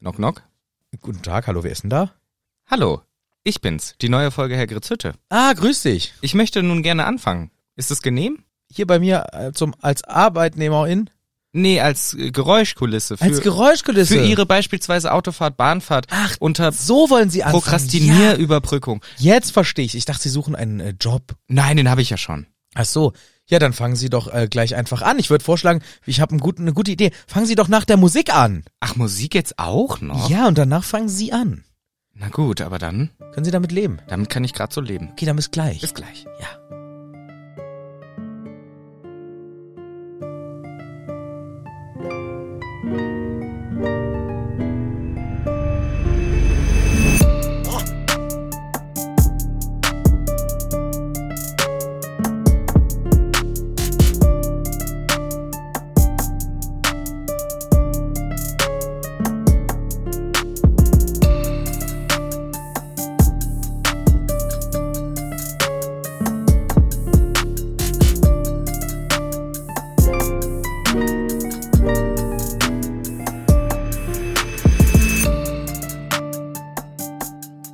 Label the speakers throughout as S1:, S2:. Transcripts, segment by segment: S1: Knock, knock.
S2: Guten Tag, hallo, wer ist denn da?
S1: Hallo, ich bin's, die neue Folge Herr Gritz Hütte.
S2: Ah, grüß dich.
S1: Ich möchte nun gerne anfangen. Ist es genehm?
S2: Hier bei mir äh, zum, als Arbeitnehmerin,
S1: Nee, als äh, Geräuschkulisse. Für,
S2: als Geräuschkulisse.
S1: für Ihre beispielsweise Autofahrt, Bahnfahrt Ach, unter
S2: so wollen sie anfangen. also Ja,
S1: Prokrastinierüberbrückung.
S2: jetzt verstehe ich. Ich dachte, sie suchen einen äh, Job.
S1: Nein, den habe ich ja schon.
S2: Ach so. Ja, dann fangen Sie doch äh, gleich einfach an. Ich würde vorschlagen, ich habe guten, eine gute Idee. Fangen Sie doch nach der Musik an.
S1: Ach, Musik jetzt auch noch?
S2: Ja, und danach fangen Sie an.
S1: Na gut, aber dann,
S2: Können Sie damit leben?
S1: damit kann ich gerade so leben.
S2: Okay, dann bis gleich.
S1: Bis gleich.
S2: ja.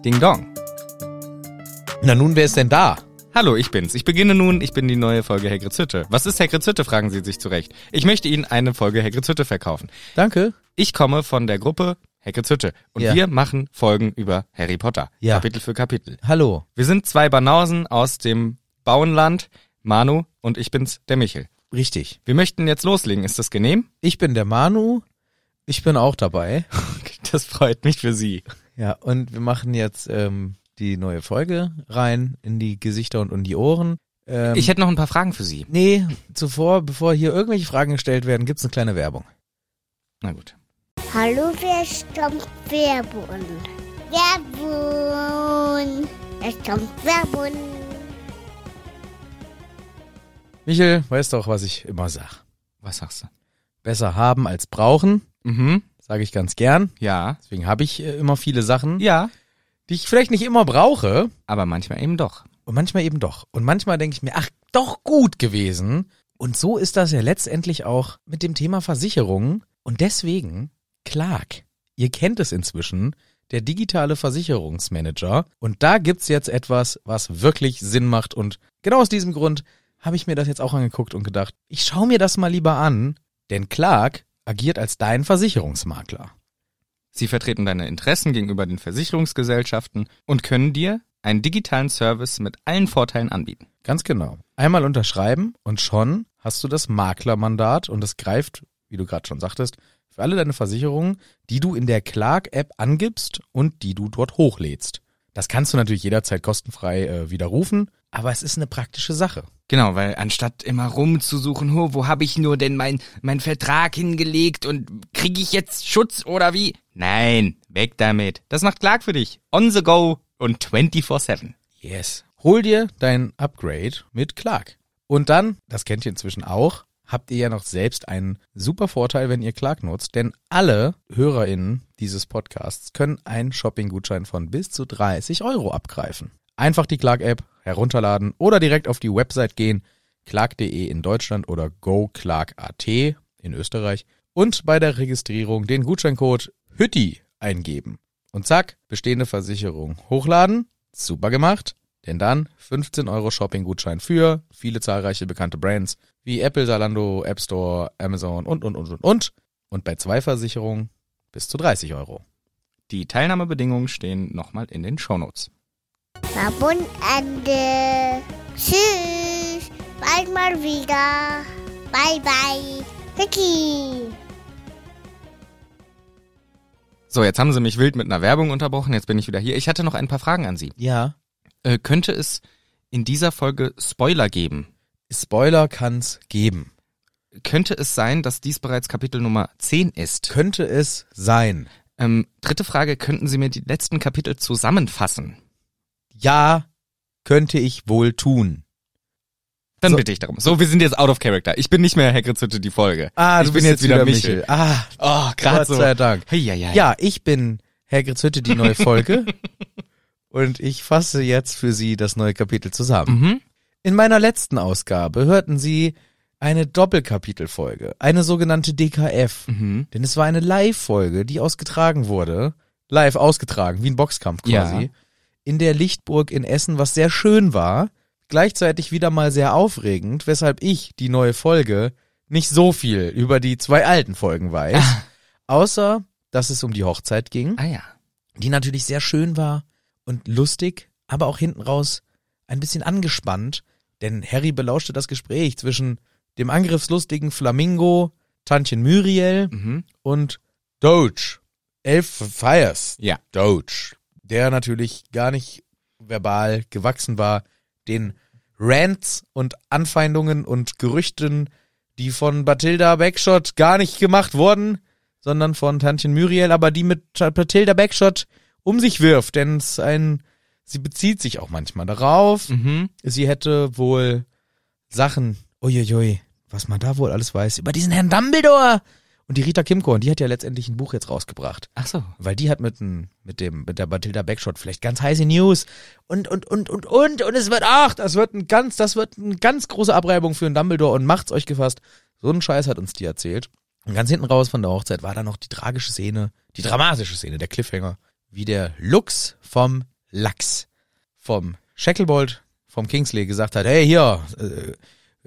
S1: Ding dong.
S2: Na nun, wer ist denn da?
S1: Hallo, ich bin's. Ich beginne nun, ich bin die neue Folge Herr Gritz Hütte. Was ist Herr Gritz Hütte, fragen Sie sich zurecht. Ich möchte Ihnen eine Folge Herr Gritz Hütte verkaufen.
S2: Danke.
S1: Ich komme von der Gruppe Herr Gritz Hütte und
S2: Ja.
S1: wir machen Folgen über Harry Potter.
S2: Ja.
S1: Kapitel für Kapitel.
S2: Hallo.
S1: Wir sind zwei Banausen aus dem Bauenland, Manu und ich bin's, der Michel.
S2: Richtig.
S1: Wir möchten jetzt loslegen, ist das genehm?
S2: Ich bin der Manu. Ich bin auch dabei.
S1: Das freut mich für Sie.
S2: Ja, und wir machen jetzt ähm, die neue Folge rein in die Gesichter und in die Ohren. Ähm,
S1: Ich hätte noch ein paar Fragen für Sie.
S2: nee, zuvor, bevor hier irgendwelche Fragen gestellt werden, gibt's eine kleine Werbung.
S1: Na gut.
S3: Hallo, wer stammt Werbun? Werbun! Es kommt Werbun!
S2: Michel, weißt doch, was ich immer sag.
S1: Was sagst du?
S2: Besser haben als brauchen,
S1: Mhm.
S2: sage ich ganz gern.
S1: Ja.
S2: Deswegen habe ich äh, immer viele Sachen,
S1: Ja.
S2: die ich vielleicht nicht immer brauche.
S1: Aber manchmal eben doch.
S2: Und manchmal eben doch. Und manchmal denke ich mir, ach, doch gut gewesen. Und so ist das ja letztendlich auch mit dem Thema Versicherungen. Und deswegen, Clark, ihr kennt es inzwischen, der digitale Versicherungsmanager. Und da gibt's jetzt etwas, was wirklich Sinn macht. Und genau aus diesem Grund habe ich mir das jetzt auch angeguckt und gedacht, ich schaue mir das mal lieber an. Denn Clark agiert als dein Versicherungsmakler.
S1: Sie vertreten deine Interessen gegenüber den Versicherungsgesellschaften und können dir einen digitalen Service mit allen Vorteilen anbieten.
S2: Ganz genau. Einmal unterschreiben und schon hast du das Maklermandat und das greift, wie du gerade schon sagtest, für alle deine Versicherungen, die du in der Clark-App angibst und die du dort hochlädst. Das kannst du natürlich jederzeit kostenfrei äh, widerrufen, aber es ist eine praktische Sache.
S1: Genau, weil anstatt immer rumzusuchen, ho, wo habe ich nur denn mein mein Vertrag hingelegt und kriege ich jetzt Schutz oder wie? Nein, weg damit. Das macht Clark für dich. On the go und 24/7.
S2: Yes. Hol dir dein Upgrade mit Clark. Und dann, das kennt ihr inzwischen auch, habt ihr ja noch selbst einen super Vorteil, wenn ihr Clark nutzt, denn alle HörerInnen dieses Podcasts können einen Shopping-Gutschein von bis zu 30 Euro abgreifen. Einfach die Clark-App herunterladen oder direkt auf die Website gehen, clark.de in Deutschland oder goclark.at in Österreich und bei der Registrierung den Gutscheincode HÜTTI eingeben. Und zack, bestehende Versicherung hochladen. Super gemacht. Denn dann 15 Euro Shopping-Gutschein für viele zahlreiche bekannte Brands wie Apple, Zalando, App Store, Amazon und, und, und, und, und. Und bei zwei Versicherungen bis zu 30 Euro.
S1: Die Teilnahmebedingungen stehen nochmal in den Shownotes.
S3: Werbun Ende! Tschüss! Bald mal wieder! Bye bye! Vicky!
S1: So, jetzt haben Sie mich wild mit einer Werbung unterbrochen. Jetzt bin ich wieder hier. Ich hatte noch ein paar Fragen an Sie.
S2: Ja.
S1: Äh, könnte es in dieser Folge Spoiler geben?
S2: Spoiler kann's geben.
S1: Könnte es sein, dass dies bereits Kapitel Nummer 10 ist?
S2: Könnte es sein.
S1: Ähm, dritte Frage, könnten Sie mir die letzten Kapitel zusammenfassen?
S2: Ja, könnte ich wohl tun.
S1: Dann
S2: So.
S1: bitte ich darum. So, wir sind jetzt out of character. Ich bin nicht mehr Herr Gritzhütte, die Folge.
S2: Ah,
S1: ich
S2: du
S1: bin
S2: bist jetzt wieder Michel. Ah,
S1: Oh,
S2: Gott
S1: gerade so.
S2: sei Dank.
S1: Heieiei.
S2: Ja, ich bin Herr Hütte, die neue Folge. und ich fasse jetzt für Sie das neue Kapitel zusammen.
S1: Mhm.
S2: In meiner letzten Ausgabe hörten Sie eine Doppelkapitelfolge, eine sogenannte DKF.
S1: Mhm.
S2: Denn es war eine Live-Folge, die ausgetragen wurde, live ausgetragen, wie ein Boxkampf quasi,
S1: Ja.
S2: in der Lichtburg in Essen, was sehr schön war, gleichzeitig wieder mal sehr aufregend, weshalb ich die neue Folge nicht so viel über die zwei alten Folgen weiß, außer dass es um die Hochzeit ging
S1: Ah ja.
S2: die natürlich sehr schön war und lustig, aber auch hinten raus ein bisschen angespannt, denn Harry belauschte das Gespräch zwischen dem angriffslustigen Flamingo, Tantchen Muriel
S1: Mhm.
S2: und Doge. Elf Fires.
S1: Ja.
S2: Doge. Der natürlich gar nicht verbal gewachsen war, den Rants und Anfeindungen und Gerüchten, die von Bathilda Backshot gar nicht gemacht wurden, sondern von Tantchen Muriel, aber die mit Ta- Bathilda Backshot um sich wirft, denn es ein, sie bezieht sich auch manchmal darauf,
S1: Mhm.
S2: sie hätte wohl Sachen, uiuiui, was man da wohl alles weiß, über diesen Herrn Dumbledore. Und die Rita Kimkorn, die hat ja letztendlich ein Buch jetzt rausgebracht.
S1: Ach so.
S2: Weil die hat mit, dem- mit dem, mit der Bathilda Backshot vielleicht ganz heiße News. Und, und, und, und, und, und es wird, ach, das wird ein ganz, das wird eine ganz große Abreibung für einen Dumbledore und macht's euch gefasst. So einen Scheiß hat uns die erzählt. Und ganz hinten raus von der Hochzeit war dann noch die tragische Szene, die dramatische Szene, der Cliffhanger, wie der Lux vom Lachs, vom Shacklebolt, vom Kingsley gesagt hat, hey, hier, äh,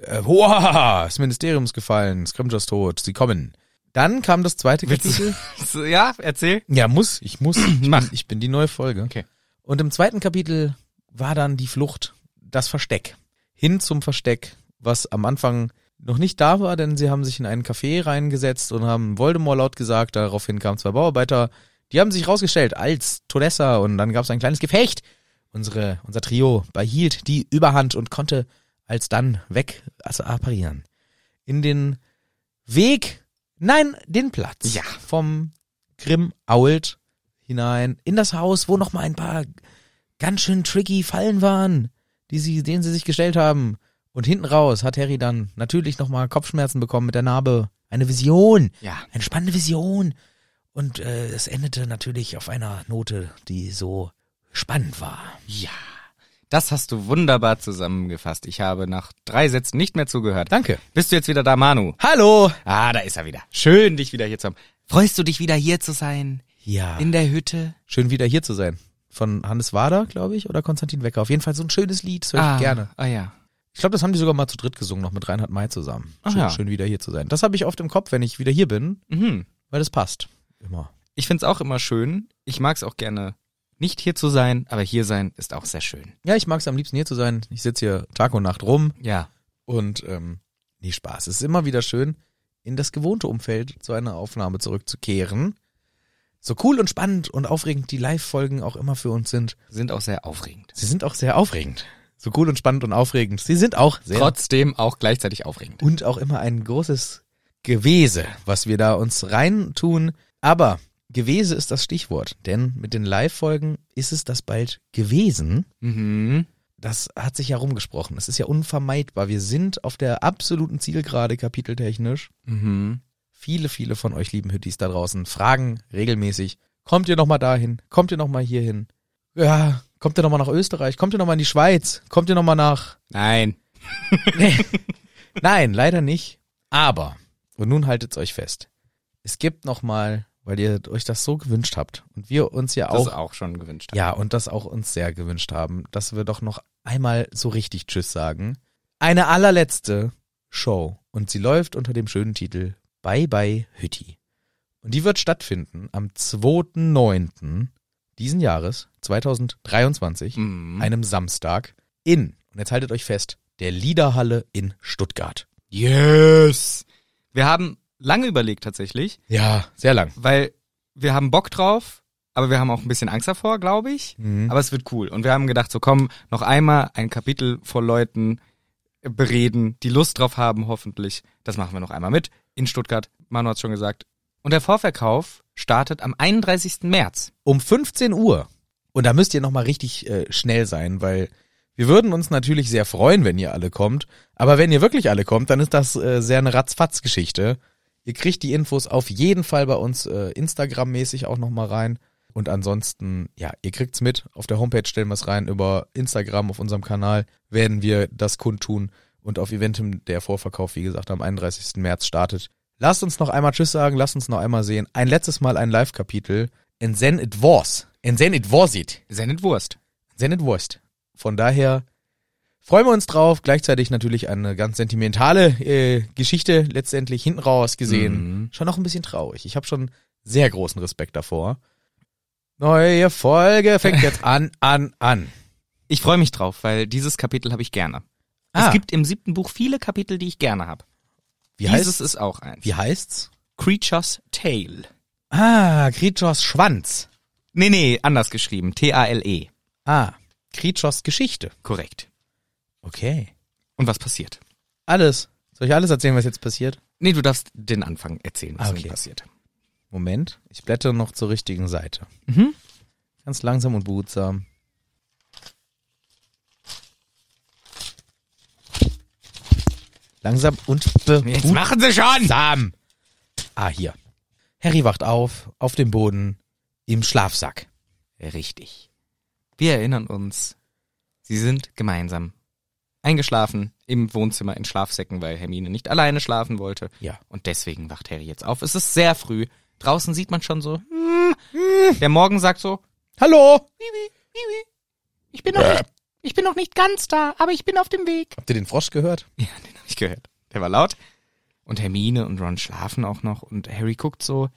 S2: äh, hoha, das Ministerium ist gefallen, Scrimgeour ist tot, sie kommen. Dann kam das zweite Kapitel.
S1: So, Ja, erzähl.
S2: Ja, muss, ich muss. Ich,
S1: Mach.
S2: Bin, ich bin die neue Folge.
S1: Okay.
S2: Und im zweiten Kapitel war dann die Flucht, das Versteck. Hin zum Versteck, was am Anfang noch nicht da war, denn sie haben sich in einen Café reingesetzt und haben Voldemort laut gesagt. Daraufhin kamen zwei Bauarbeiter. Die haben sich rausgestellt als Todessa und dann gab es ein kleines Gefecht. Unsere, unser Trio behielt die Überhand und konnte als dann weg also apparieren. In den Weg, nein, den Platz
S1: Ja.
S2: vom Grimm Ault hinein in das Haus, wo noch mal ein paar ganz schön tricky Fallen waren, die sie, denen sie sich gestellt haben. Und hinten raus hat Harry dann natürlich noch mal Kopfschmerzen bekommen mit der Narbe. Eine Vision,
S1: Ja.
S2: eine spannende Vision. Und äh, es endete natürlich auf einer Note, die so spannend war.
S1: Ja. Das hast du wunderbar zusammengefasst. Ich habe nach drei Sätzen nicht mehr zugehört.
S2: Danke.
S1: Bist du jetzt wieder da, Manu?
S2: Hallo.
S1: Ah, da ist er wieder. Schön, dich wieder hier zu haben. Freust du dich wieder hier zu sein?
S2: Ja.
S1: In der Hütte?
S2: Schön wieder hier zu sein. Von Hannes Wader, glaube ich, oder Konstantin Wecker. Auf jeden Fall so ein schönes Lied, das höre ich gerne.
S1: Ah ja.
S2: Ich glaube, das haben die sogar mal zu dritt gesungen, noch mit Reinhard May zusammen.
S1: Ach
S2: schön,
S1: ja.
S2: schön wieder hier zu sein. Das habe ich oft im Kopf, wenn ich wieder hier bin,
S1: Mhm.
S2: weil das passt. Immer.
S1: Ich find's auch immer schön. Ich mag's auch gerne, nicht hier zu sein, aber hier sein ist auch sehr schön.
S2: Ja, ich mag es am liebsten hier zu sein. Ich sitze hier Tag und Nacht rum
S1: Ja.
S2: und ähm, nee, Spaß. Es ist immer wieder schön, in das gewohnte Umfeld zu einer Aufnahme zurückzukehren. So cool und spannend und aufregend die Live-Folgen auch immer für uns sind.
S1: Sind auch sehr aufregend.
S2: Sie sind auch sehr aufregend. So cool und spannend und aufregend. Sie sind auch sehr
S1: Trotzdem auch gleichzeitig aufregend.
S2: und auch immer ein großes Gewese, was wir da uns reintun. Aber Gewese ist das Stichwort, denn mit den Live-Folgen ist es das bald gewesen.
S1: Mhm.
S2: Das hat sich ja rumgesprochen. Es ist ja unvermeidbar. Wir sind auf der absoluten Zielgerade kapiteltechnisch.
S1: Mhm.
S2: Viele, viele von euch lieben Hüttis da draußen fragen regelmäßig, kommt ihr nochmal dahin? Kommt ihr nochmal hierhin? Ja, kommt ihr nochmal nach Österreich? Kommt ihr nochmal in die Schweiz? Kommt ihr nochmal nach
S1: Nein.
S2: Nee. Nein, leider nicht. Aber, und nun haltet's euch fest. Es gibt nochmal, weil ihr euch das so gewünscht habt und wir uns ja
S1: Das
S2: auch,
S1: ist auch schon gewünscht.
S2: ja, und das auch uns sehr gewünscht haben, dass wir doch noch einmal so richtig Tschüss sagen. Eine allerletzte Show und sie läuft unter dem schönen Titel Bye Bye Hütti. Und die wird stattfinden am 2.9. diesen Jahres, 2023
S1: Mhm.
S2: einem Samstag in, und jetzt haltet euch fest, der Liederhalle in Stuttgart.
S1: Yes. Wir haben lange überlegt tatsächlich,
S2: Ja, sehr lang.
S1: weil wir haben Bock drauf, aber wir haben auch ein bisschen Angst davor, glaube ich.
S2: Mhm.
S1: Aber es wird cool. Und wir haben gedacht, so komm, noch einmal ein Kapitel vor Leuten äh, bereden, die Lust drauf haben, hoffentlich. Das machen wir noch einmal mit. In Stuttgart, Manu hat's schon gesagt. Und der Vorverkauf startet am 31. März.
S2: Um 15 Uhr. Und da müsst ihr nochmal richtig äh, schnell sein, weil wir würden uns natürlich sehr freuen, wenn ihr alle kommt. Aber wenn ihr wirklich alle kommt, dann ist das äh, sehr eine Ratzfatz-Geschichte. Ihr kriegt die Infos auf jeden Fall bei uns äh, Instagram-mäßig auch nochmal rein. Und ansonsten, ja, ihr kriegt's mit. Auf der Homepage stellen wir's rein. Über Instagram auf unserem Kanal werden wir das kundtun. Und auf Eventim der Vorverkauf, wie gesagt, am 31. März startet. Lasst uns noch einmal Tschüss sagen, lasst uns noch einmal sehen. Ein letztes Mal ein Live-Kapitel. And then it was. And then it was it.
S1: Sendet Wurst.
S2: Sendet Wurst. Von daher freuen wir uns drauf. Gleichzeitig natürlich eine ganz sentimentale äh, Geschichte letztendlich hinten raus gesehen.
S1: Mhm.
S2: Schon auch ein bisschen traurig. Ich habe schon sehr großen Respekt davor. Neue Folge fängt jetzt an, an, an.
S1: Ich freue mich drauf, weil dieses Kapitel habe ich gerne.
S2: Ah.
S1: Es gibt im siebten Buch viele Kapitel, die ich gerne habe.
S2: Wie
S1: Dieses
S2: heißt
S1: ist auch eins.
S2: Wie heißt's?
S1: Creatures Tale.
S2: Ah, Kritos Schwanz.
S1: Nee, nee, anders geschrieben. T-A-L-E.
S2: Ah, Kritos Geschichte.
S1: E. Korrekt.
S2: Okay.
S1: Und was passiert?
S2: Alles. Soll ich alles erzählen, was jetzt passiert?
S1: Nee, du darfst den Anfang erzählen, was
S2: Ah,
S1: okay.
S2: okay.
S1: passiert.
S2: Moment, ich blättere noch zur richtigen Seite.
S1: Mhm.
S2: Ganz langsam und behutsam. Langsam und
S1: Jetzt
S2: behutsam.
S1: machen sie schon!
S2: Sam. Ah, hier. Harry wacht auf, auf dem Boden, im Schlafsack.
S1: Richtig. Wir erinnern uns, sie sind gemeinsam eingeschlafen im Wohnzimmer in Schlafsäcken, weil Hermine nicht alleine schlafen wollte.
S2: Ja.
S1: Und deswegen wacht Harry jetzt auf. Es ist sehr früh. Draußen sieht man schon so, hm, der Morgen sagt so,
S2: Hallo!
S1: ich bin noch nicht, ich bin noch nicht ganz da, aber ich bin auf dem Weg.
S2: Habt ihr den Frosch gehört?
S1: Ja, den habe ich gehört. Der war laut. Und Hermine und Ron schlafen auch noch und Harry guckt so.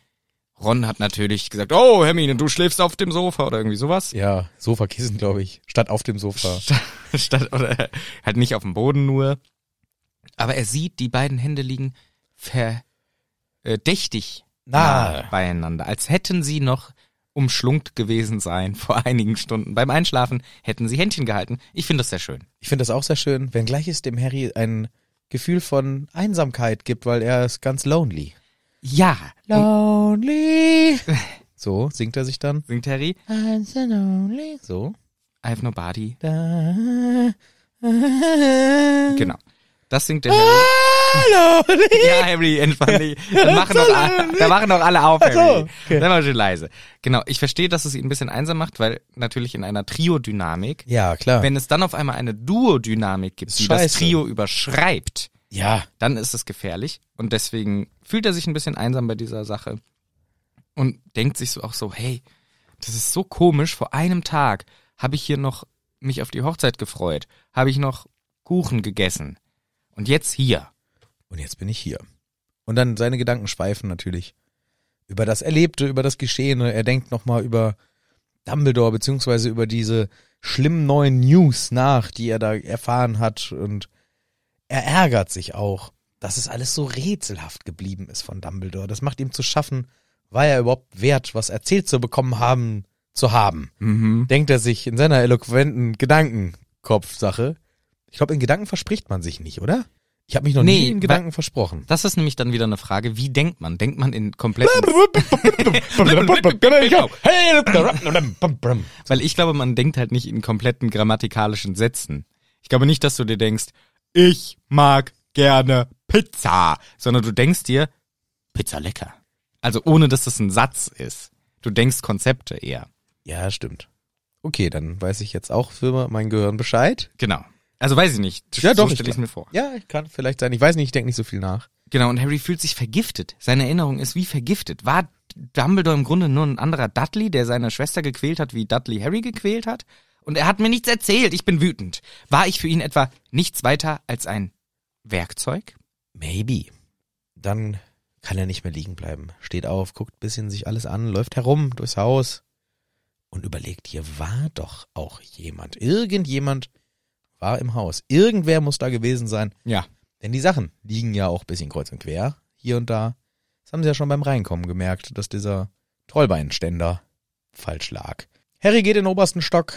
S1: Ron hat natürlich gesagt, oh Hermine, du schläfst auf dem Sofa oder irgendwie sowas.
S2: Ja, Sofakissen, glaube ich. Statt auf dem Sofa.
S1: Statt, oder halt nicht auf dem Boden nur. Aber er sieht, die beiden Hände liegen verdächtig nah
S2: Na.
S1: beieinander. Als hätten sie noch umschlungt gewesen sein vor einigen Stunden. Beim Einschlafen hätten sie Händchen gehalten. Ich finde das sehr schön.
S2: Ich finde das auch sehr schön, wenngleich es dem Harry ein Gefühl von Einsamkeit gibt, weil er ist ganz lonely.
S1: Ja,
S2: Lonely. So singt er sich dann.
S1: singt Harry.
S2: I'm so lonely. So.
S1: I have no body.
S2: Da, genau.
S1: Genau. Das singt der Harry.
S2: Ah,
S1: Ja, Harry, entfangen. Da machen doch alle, da machen doch alle auf, Harry.
S2: so, okay.
S1: Dann mach schön leise. Genau, ich verstehe, dass es ihn ein bisschen einsam macht, weil natürlich in einer Trio-Dynamik,
S2: Ja, klar.
S1: wenn es dann auf einmal eine Duo-Dynamik gibt,
S2: Ist
S1: die das
S2: scheiße.
S1: Trio überschreibt,
S2: ja.
S1: dann ist es gefährlich. Und deswegen fühlt er sich ein bisschen einsam bei dieser Sache und denkt sich so auch so, hey, das ist so komisch, vor einem Tag habe ich hier noch mich auf die Hochzeit gefreut, habe ich noch Kuchen gegessen. Und jetzt hier.
S2: Und jetzt bin ich hier. Und dann seine Gedanken schweifen natürlich über das Erlebte, über das Geschehene. Er denkt nochmal über Dumbledore beziehungsweise über diese schlimmen neuen News nach, die er da erfahren hat. Und er ärgert sich auch, dass es alles so rätselhaft geblieben ist von Dumbledore. Das macht ihm zu schaffen, war er überhaupt wert, was erzählt zu bekommen haben, zu haben. Denkt er sich in seiner eloquenten Gedankenkopfsache. Ich glaube, in Gedanken verspricht man sich nicht, oder? Ich habe mich noch
S1: Nee,
S2: nie in
S1: wa-
S2: Gedanken versprochen.
S1: Das ist nämlich dann wieder eine Frage, wie denkt man? Denkt man in komplett. Weil ich glaube, man denkt halt nicht in kompletten grammatikalischen Sätzen. Ich glaube nicht, dass du dir denkst, ich mag gerne Pizza, sondern du denkst dir, Pizza lecker. Also ohne, dass das ein Satz ist. Du denkst Konzepte eher.
S2: Ja, stimmt. Okay, dann weiß ich jetzt auch für mein Gehirn Bescheid.
S1: Genau. Also weiß ich nicht.
S2: Ja, doch,
S1: So
S2: ich
S1: stelle ich
S2: glaub-
S1: mir vor.
S2: Ja, kann vielleicht sein. Ich weiß nicht, ich denke nicht so viel nach.
S1: Genau, und Harry fühlt sich vergiftet. Seine Erinnerung ist wie vergiftet. War Dumbledore im Grunde nur ein anderer Dudley, der seine Schwester gequält hat, wie Dudley Harry gequält hat? Und er hat mir nichts erzählt. Ich bin wütend. War ich für ihn etwa nichts weiter als ein Werkzeug?
S2: Maybe. Dann kann er nicht mehr liegen bleiben. Steht auf, guckt ein bisschen sich alles an, läuft herum durchs Haus und überlegt, hier war doch auch jemand. Irgendjemand war im Haus. Irgendwer muss da gewesen sein.
S1: Ja.
S2: Denn die Sachen liegen ja auch ein bisschen kreuz und quer, hier und da. Das haben sie ja schon beim Reinkommen gemerkt, dass dieser Trollbeinständer falsch lag. Harry geht in den obersten Stock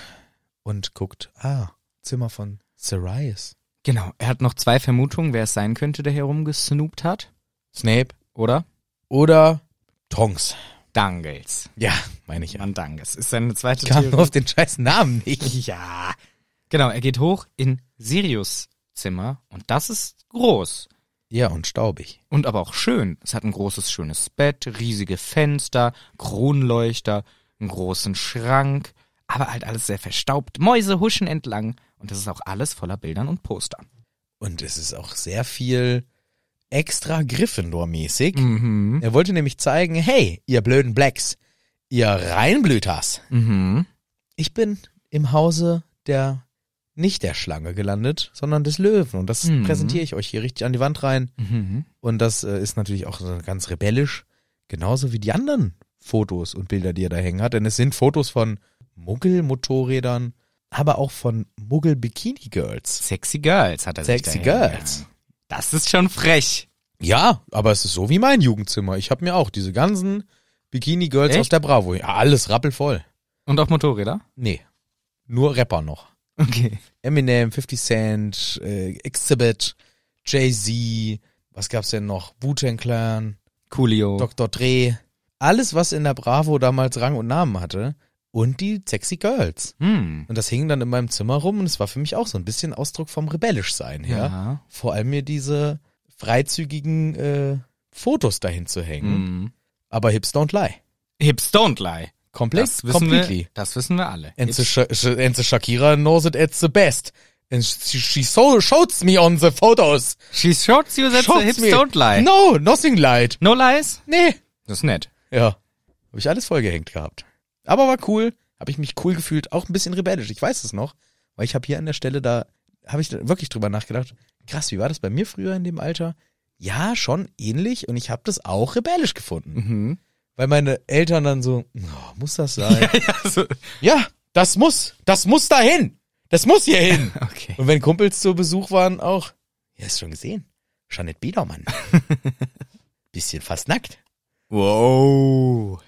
S2: und guckt, ah, Zimmer von Sirius.
S1: Genau. Er hat noch zwei Vermutungen, wer es sein könnte, der herumgesnoopt hat.
S2: Snape
S1: Oder?
S2: oder Tonks.
S1: Dangles.
S2: Ja, meine ich
S1: Ich
S2: ja.
S1: an Dangles. Ist seine zweite
S2: Ich kam
S1: Theorie.
S2: nur auf den scheiß Namen nicht.
S1: Ja. Genau, er geht hoch in Sirius Zimmer und das ist groß.
S2: Ja, und staubig.
S1: Und aber auch schön. Es hat ein großes, schönes Bett, riesige Fenster, Kronleuchter, einen großen Schrank, aber halt alles sehr verstaubt. Mäuse huschen entlang und es ist auch alles voller Bildern und Postern.
S2: Und es ist auch sehr viel extra Gryffindor-mäßig.
S1: Mhm.
S2: Er wollte nämlich zeigen, hey, ihr blöden Blacks, ihr Reinblüters,
S1: Mhm.
S2: ich bin im Hause der nicht der Schlange gelandet, sondern des Löwen. Und das
S1: Mhm.
S2: präsentiere ich euch hier richtig an die Wand rein.
S1: Mhm.
S2: Und das äh, ist natürlich auch so ganz rebellisch, genauso wie die anderen Fotos und Bilder, die er da hängen hat. Denn es sind Fotos von Muggel-Motorrädern, aber auch von Muggel-Bikini-Girls.
S1: Sexy Girls hat er
S2: Sexy
S1: sich dahin
S2: Girls.
S1: gegangen. Das ist schon frech.
S2: Ja, aber es ist so wie mein Jugendzimmer. Ich habe mir auch diese ganzen Bikini-Girls
S1: Echt?
S2: aus der Bravo. Ja, alles rappelvoll.
S1: Und auch Motorräder?
S2: Nee, nur Rapper noch.
S1: Okay.
S2: Eminem, 50 Cent, äh, Exhibit, Jay-Z, was gab's denn noch? Wu-Tang Clan,
S1: Coolio.
S2: Dr. Dre. Alles, was in der Bravo damals Rang und Namen hatte. Und die Sexy Girls.
S1: Hm.
S2: Und das hing dann in meinem Zimmer rum und es war für mich auch so ein bisschen Ausdruck vom rebellisch sein, ja.
S1: Ja.
S2: Vor allem mir diese freizügigen äh, Fotos dahin zu hängen.
S1: Mhm.
S2: Aber Hips don't lie.
S1: Hips don't lie.
S2: Komplett,
S1: Das wissen,
S2: completely.
S1: wir, das wissen wir alle.
S2: And the, Sha- Sha- and the Shakira knows it at the best. And she, she so shows me on the photos.
S1: She shorts you that the
S2: Shows
S1: hips
S2: me.
S1: don't lie.
S2: No, nothing lied.
S1: No lies?
S2: Nee.
S1: Das ist nett.
S2: Ja. Habe ich alles vollgehängt gehabt. Aber war cool. Habe ich mich cool gefühlt. Auch ein bisschen rebellisch. Ich weiß es noch. Weil ich habe hier an der Stelle da, habe ich da wirklich drüber nachgedacht. Krass, wie war das bei mir früher in dem Alter? Ja, schon ähnlich. Und ich habe das auch rebellisch gefunden.
S1: Mhm.
S2: Weil meine Eltern dann so, "Oh, muss das sein?
S1: Also,
S2: ja, das muss. Das muss dahin. Das muss hier hin.
S1: okay.
S2: Und wenn Kumpels zu Besuch waren, auch. Ja, hast schon gesehen. Janet Biedermann. Bisschen fast nackt.
S1: Wow.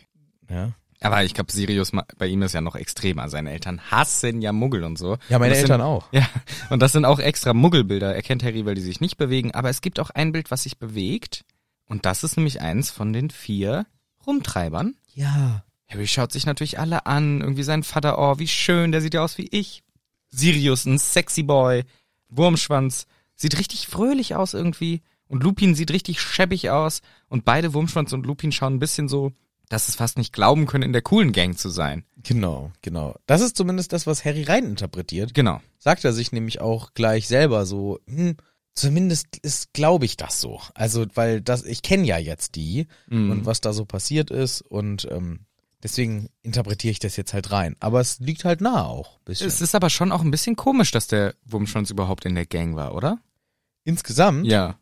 S2: Ja.
S1: Aber ich glaube, Sirius, ma- bei ihm ist ja noch extremer. Seine Eltern hassen ja Muggel und so.
S2: Ja, meine
S1: und das
S2: Eltern
S1: sind,
S2: auch.
S1: Ja, und das sind auch extra Muggelbilder, erkennt Harry, weil die sich nicht bewegen. Aber es gibt auch ein Bild, was sich bewegt. Und das ist nämlich eins von den vier Rumtreibern.
S2: Ja.
S1: Harry schaut sich natürlich alle an. Irgendwie sein Vater, oh, wie schön, der sieht ja aus wie ich. Sirius, ein sexy Boy. Wurmschwanz. Sieht richtig fröhlich aus irgendwie. Und Lupin sieht richtig scheppig aus. Und beide, Wurmschwanz und Lupin, schauen ein bisschen so, dass es fast nicht glauben können, in der coolen Gang zu sein.
S2: Genau, genau. Das ist zumindest das, was Harry reininterpretiert.
S1: Genau.
S2: Sagt er sich nämlich auch gleich selber so, hm, zumindest ist, glaube ich, das so. Also, weil das, ich kenne ja jetzt die
S1: Mhm.
S2: und was da so passiert ist und ähm, deswegen interpretiere ich das jetzt halt rein. Aber es liegt halt nah auch. ein Bisschen.
S1: Es ist aber schon auch ein bisschen komisch, dass der Wurmschwanz überhaupt in der Gang war, oder?
S2: Insgesamt?
S1: Ja.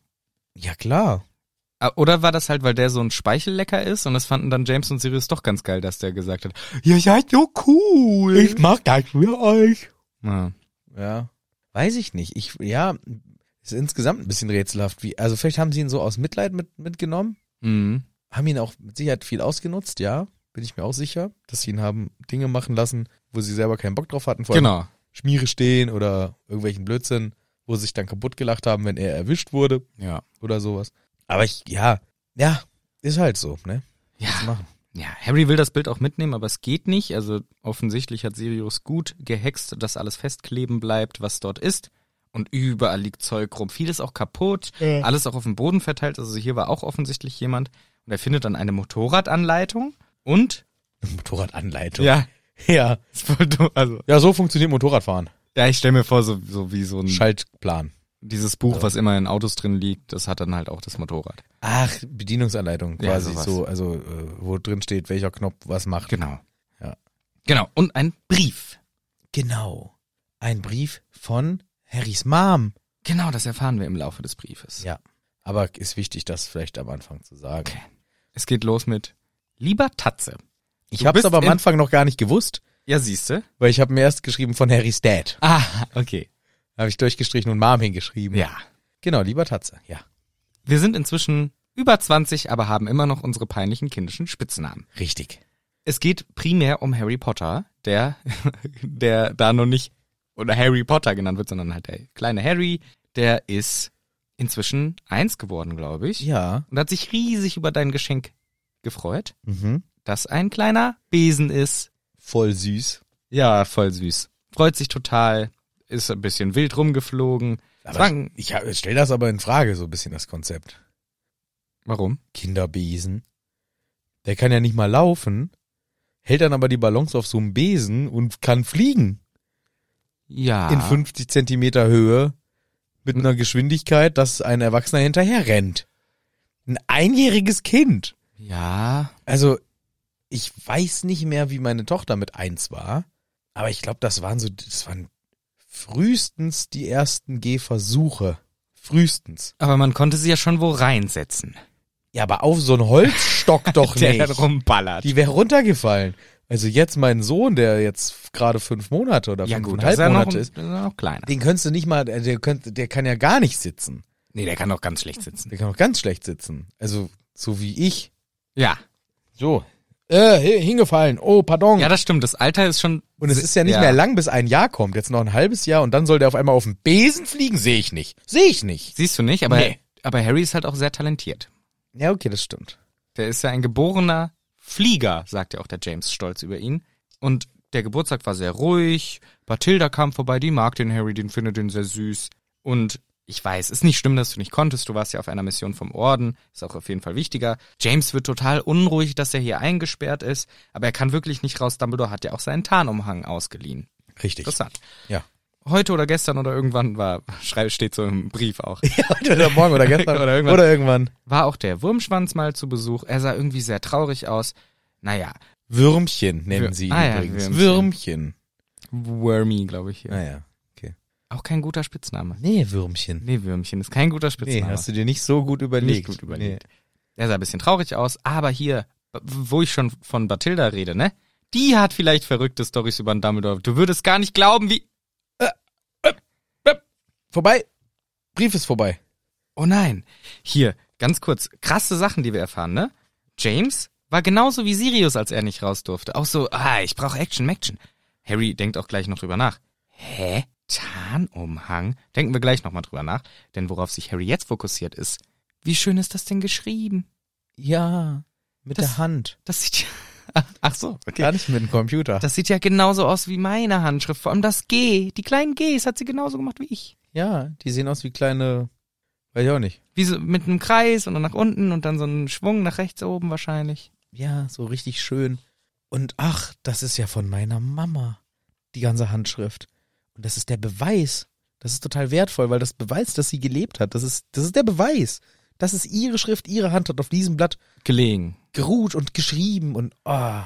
S2: ja, klar.
S1: Ah, Oder war das halt, weil der so ein Speichellecker ist und das fanden dann James und Sirius doch ganz geil, dass der gesagt hat, ihr seid so cool.
S2: mag das für euch.
S1: ja.
S2: Ja. Weiß ich nicht. Ich, ja, ist insgesamt ein bisschen rätselhaft. Wie, also vielleicht haben sie ihn so aus Mitleid mit, mitgenommen,
S1: Mhm.
S2: haben ihn auch mit Sicherheit viel ausgenutzt, ja. Bin ich mir auch sicher, dass sie ihn haben Dinge machen lassen, wo sie selber keinen Bock drauf hatten. Vor allem
S1: Genau.
S2: Schmiere stehen oder irgendwelchen Blödsinn, wo sie sich dann kaputt gelacht haben, wenn er erwischt wurde
S1: Ja.
S2: oder sowas. Aber ich, ja, ja, ist halt so, ne? Was
S1: Ja.
S2: machen?
S1: ja, Harry will das Bild auch mitnehmen, aber es geht nicht. Also offensichtlich hat Sirius gut gehext, dass alles festkleben bleibt, was dort ist. Und überall liegt Zeug rum. Vieles auch kaputt, alles auch auf dem Boden verteilt. Also hier war auch offensichtlich jemand. Und er findet dann eine Motorradanleitung und
S2: Motorradanleitung.
S1: ja,
S2: ja.
S1: ist voll dumm. Also
S2: Ja, so funktioniert Motorradfahren.
S1: Ja, ich stell mir vor, so, so wie
S2: Hm.
S1: so ein
S2: Schaltplan.
S1: dieses Buch, was immer in Autos drin liegt, das hat dann halt auch das Motorrad.
S2: Ach, Bedienungsanleitung
S1: Ja,
S2: quasi
S1: sowas.
S2: so, also äh, wo drin steht, welcher Knopf was macht.
S1: Genau.
S2: Ja.
S1: Genau. Und ein Brief.
S2: Genau. Ein Brief von Harrys Mom.
S1: Genau, das erfahren wir im Laufe des Briefes.
S2: Ja. Aber ist wichtig, das vielleicht am Anfang zu sagen.
S1: Okay. Es geht los mit Lieber Tatze.
S2: Ich
S1: Du
S2: habe es
S1: bist
S2: aber am
S1: im-
S2: Anfang noch gar nicht gewusst,
S1: Ja, siehste.
S2: weil ich habe mir erst geschrieben von Harrys Dad.
S1: Ah, okay.
S2: Habe ich durchgestrichen und Mom hingeschrieben.
S1: Ja.
S2: Genau, lieber Tatze. Ja.
S1: Wir sind inzwischen über 20, aber haben immer noch unsere peinlichen kindischen Spitznamen.
S2: Richtig.
S1: Es geht primär um Harry Potter, der, der da noch nicht oder Harry Potter genannt wird, sondern halt der kleine Harry, der ist inzwischen eins geworden, glaube ich.
S2: Ja.
S1: und hat sich riesig über dein Geschenk gefreut,
S2: Mhm.
S1: dass ein kleiner Besen ist.
S2: Voll süß.
S1: Ja, voll süß. Freut sich total, ist ein bisschen wild rumgeflogen. Es war
S2: Aber
S1: ein-
S2: ich, ich stelle das aber in Frage, so ein bisschen das Konzept.
S1: Warum?
S2: Kinderbesen. Der kann ja nicht mal laufen, hält dann aber die Ballons auf so einem Besen und kann fliegen
S1: Ja.
S2: in 50 Zentimeter Höhe. mit
S1: Hm.
S2: einer Geschwindigkeit, dass ein Erwachsener hinterher rennt. Ein einjähriges Kind.
S1: Ja.
S2: Also, ich weiß nicht mehr, wie meine Tochter mit eins war, aber ich glaube, das waren so, das waren frühestens die ersten Gehversuche. Frühestens.
S1: Aber man konnte sie ja schon wo reinsetzen.
S2: Ja, aber auf so einen Holzstock doch
S1: Der
S2: nicht.
S1: rumballert.
S2: Die wäre runtergefallen. Also jetzt mein Sohn, der jetzt gerade fünf Monate oder
S1: ja gut, das
S2: fünfeinhalb
S1: ist ja noch,
S2: Monate
S1: das
S2: ist,
S1: ist ja noch kleiner.
S2: den könntest du nicht mal, äh, der, könnt, der kann ja gar nicht sitzen.
S1: Nee, der kann doch ganz schlecht sitzen.
S2: Der kann auch ganz schlecht sitzen. Also so wie ich.
S1: Ja.
S2: So. Äh, hi- hingefallen. Oh, pardon.
S1: Ja, das stimmt. Das Alter ist schon.
S2: und es ist ja nicht mehr lang, bis ein Jahr kommt. Jetzt noch ein halbes Jahr und dann soll der auf einmal auf den Besen fliegen? Sehe ich nicht. Sehe ich nicht.
S1: Siehst du nicht, aber,
S2: Nee.
S1: aber Harry ist halt auch sehr talentiert.
S2: Ja, okay, das stimmt.
S1: Der ist ja ein geborener Flieger, sagt ja auch der James stolz über ihn. Und der Geburtstag war sehr ruhig. Bathilda kam vorbei, die mag den Harry, den findet den sehr süß. Und ich weiß, ist nicht schlimm, dass du nicht konntest. Du warst ja auf einer Mission vom Orden. Ist auch auf jeden Fall wichtiger. James wird total unruhig, dass er hier eingesperrt ist. Aber er kann wirklich nicht raus. Dumbledore hat ja auch seinen Tarnumhang ausgeliehen.
S2: Richtig.
S1: Interessant.
S2: Ja.
S1: Heute oder gestern oder irgendwann war, schrei- steht so im Brief auch,
S2: Heute oder morgen oder gestern
S1: Oder irgendwann.
S2: Oder irgendwann.
S1: war auch der Wurmschwanz mal zu Besuch. Er sah irgendwie sehr traurig aus. Naja,
S2: Würmchen nennen
S1: Wür-
S2: sie ihn
S1: Ah ja,
S2: übrigens.
S1: Würmchen.
S2: Würmchen.
S1: Wormy, glaube ich. Hier.
S2: Naja. Okay.
S1: Auch kein guter Spitzname.
S2: Nee, Würmchen.
S1: Nee, Würmchen ist kein guter
S2: Nee,
S1: Spitzname.
S2: hast du dir nicht so gut überlegt.
S1: nicht gut überlegt. Er sah ein bisschen traurig aus, aber hier, b- wo ich schon von Bathilda rede, ne? Die hat vielleicht verrückte Stories über den Dumbledore. Du würdest gar nicht glauben, wie.
S2: Vorbei. Brief ist vorbei.
S1: Oh nein. Hier, ganz kurz, krasse Sachen, die wir erfahren, ne? James war genauso wie Sirius, als er nicht raus durfte. Auch so, ah, ich brauche Action, Action. Harry denkt auch gleich noch drüber nach. Hä? Tarnumhang? Denken wir gleich nochmal drüber nach, denn worauf sich Harry jetzt fokussiert ist, wie schön ist das denn geschrieben?
S2: Ja. Mit
S1: Das-
S2: der Hand.
S1: Das sieht ja. Ach so, okay.
S2: Gar nicht mit dem Computer.
S1: Das sieht ja genauso aus wie meine Handschrift. Vor allem das G, die kleinen Gs hat sie genauso gemacht wie ich.
S2: ja, die sehen aus wie kleine. Weiß ich auch nicht.
S1: Wie so mit einem Kreis und dann nach unten und dann so einen Schwung nach rechts oben wahrscheinlich.
S2: Ja, so richtig schön. Und ach, das ist ja von meiner Mama. Die ganze Handschrift. Und das ist der Beweis. Das ist total wertvoll, weil das beweist, dass sie gelebt hat. Das ist, das ist der Beweis. Das ist ihre Schrift, ihre Hand hat auf diesem Blatt
S1: Gelegen.
S2: geruht und geschrieben und ah,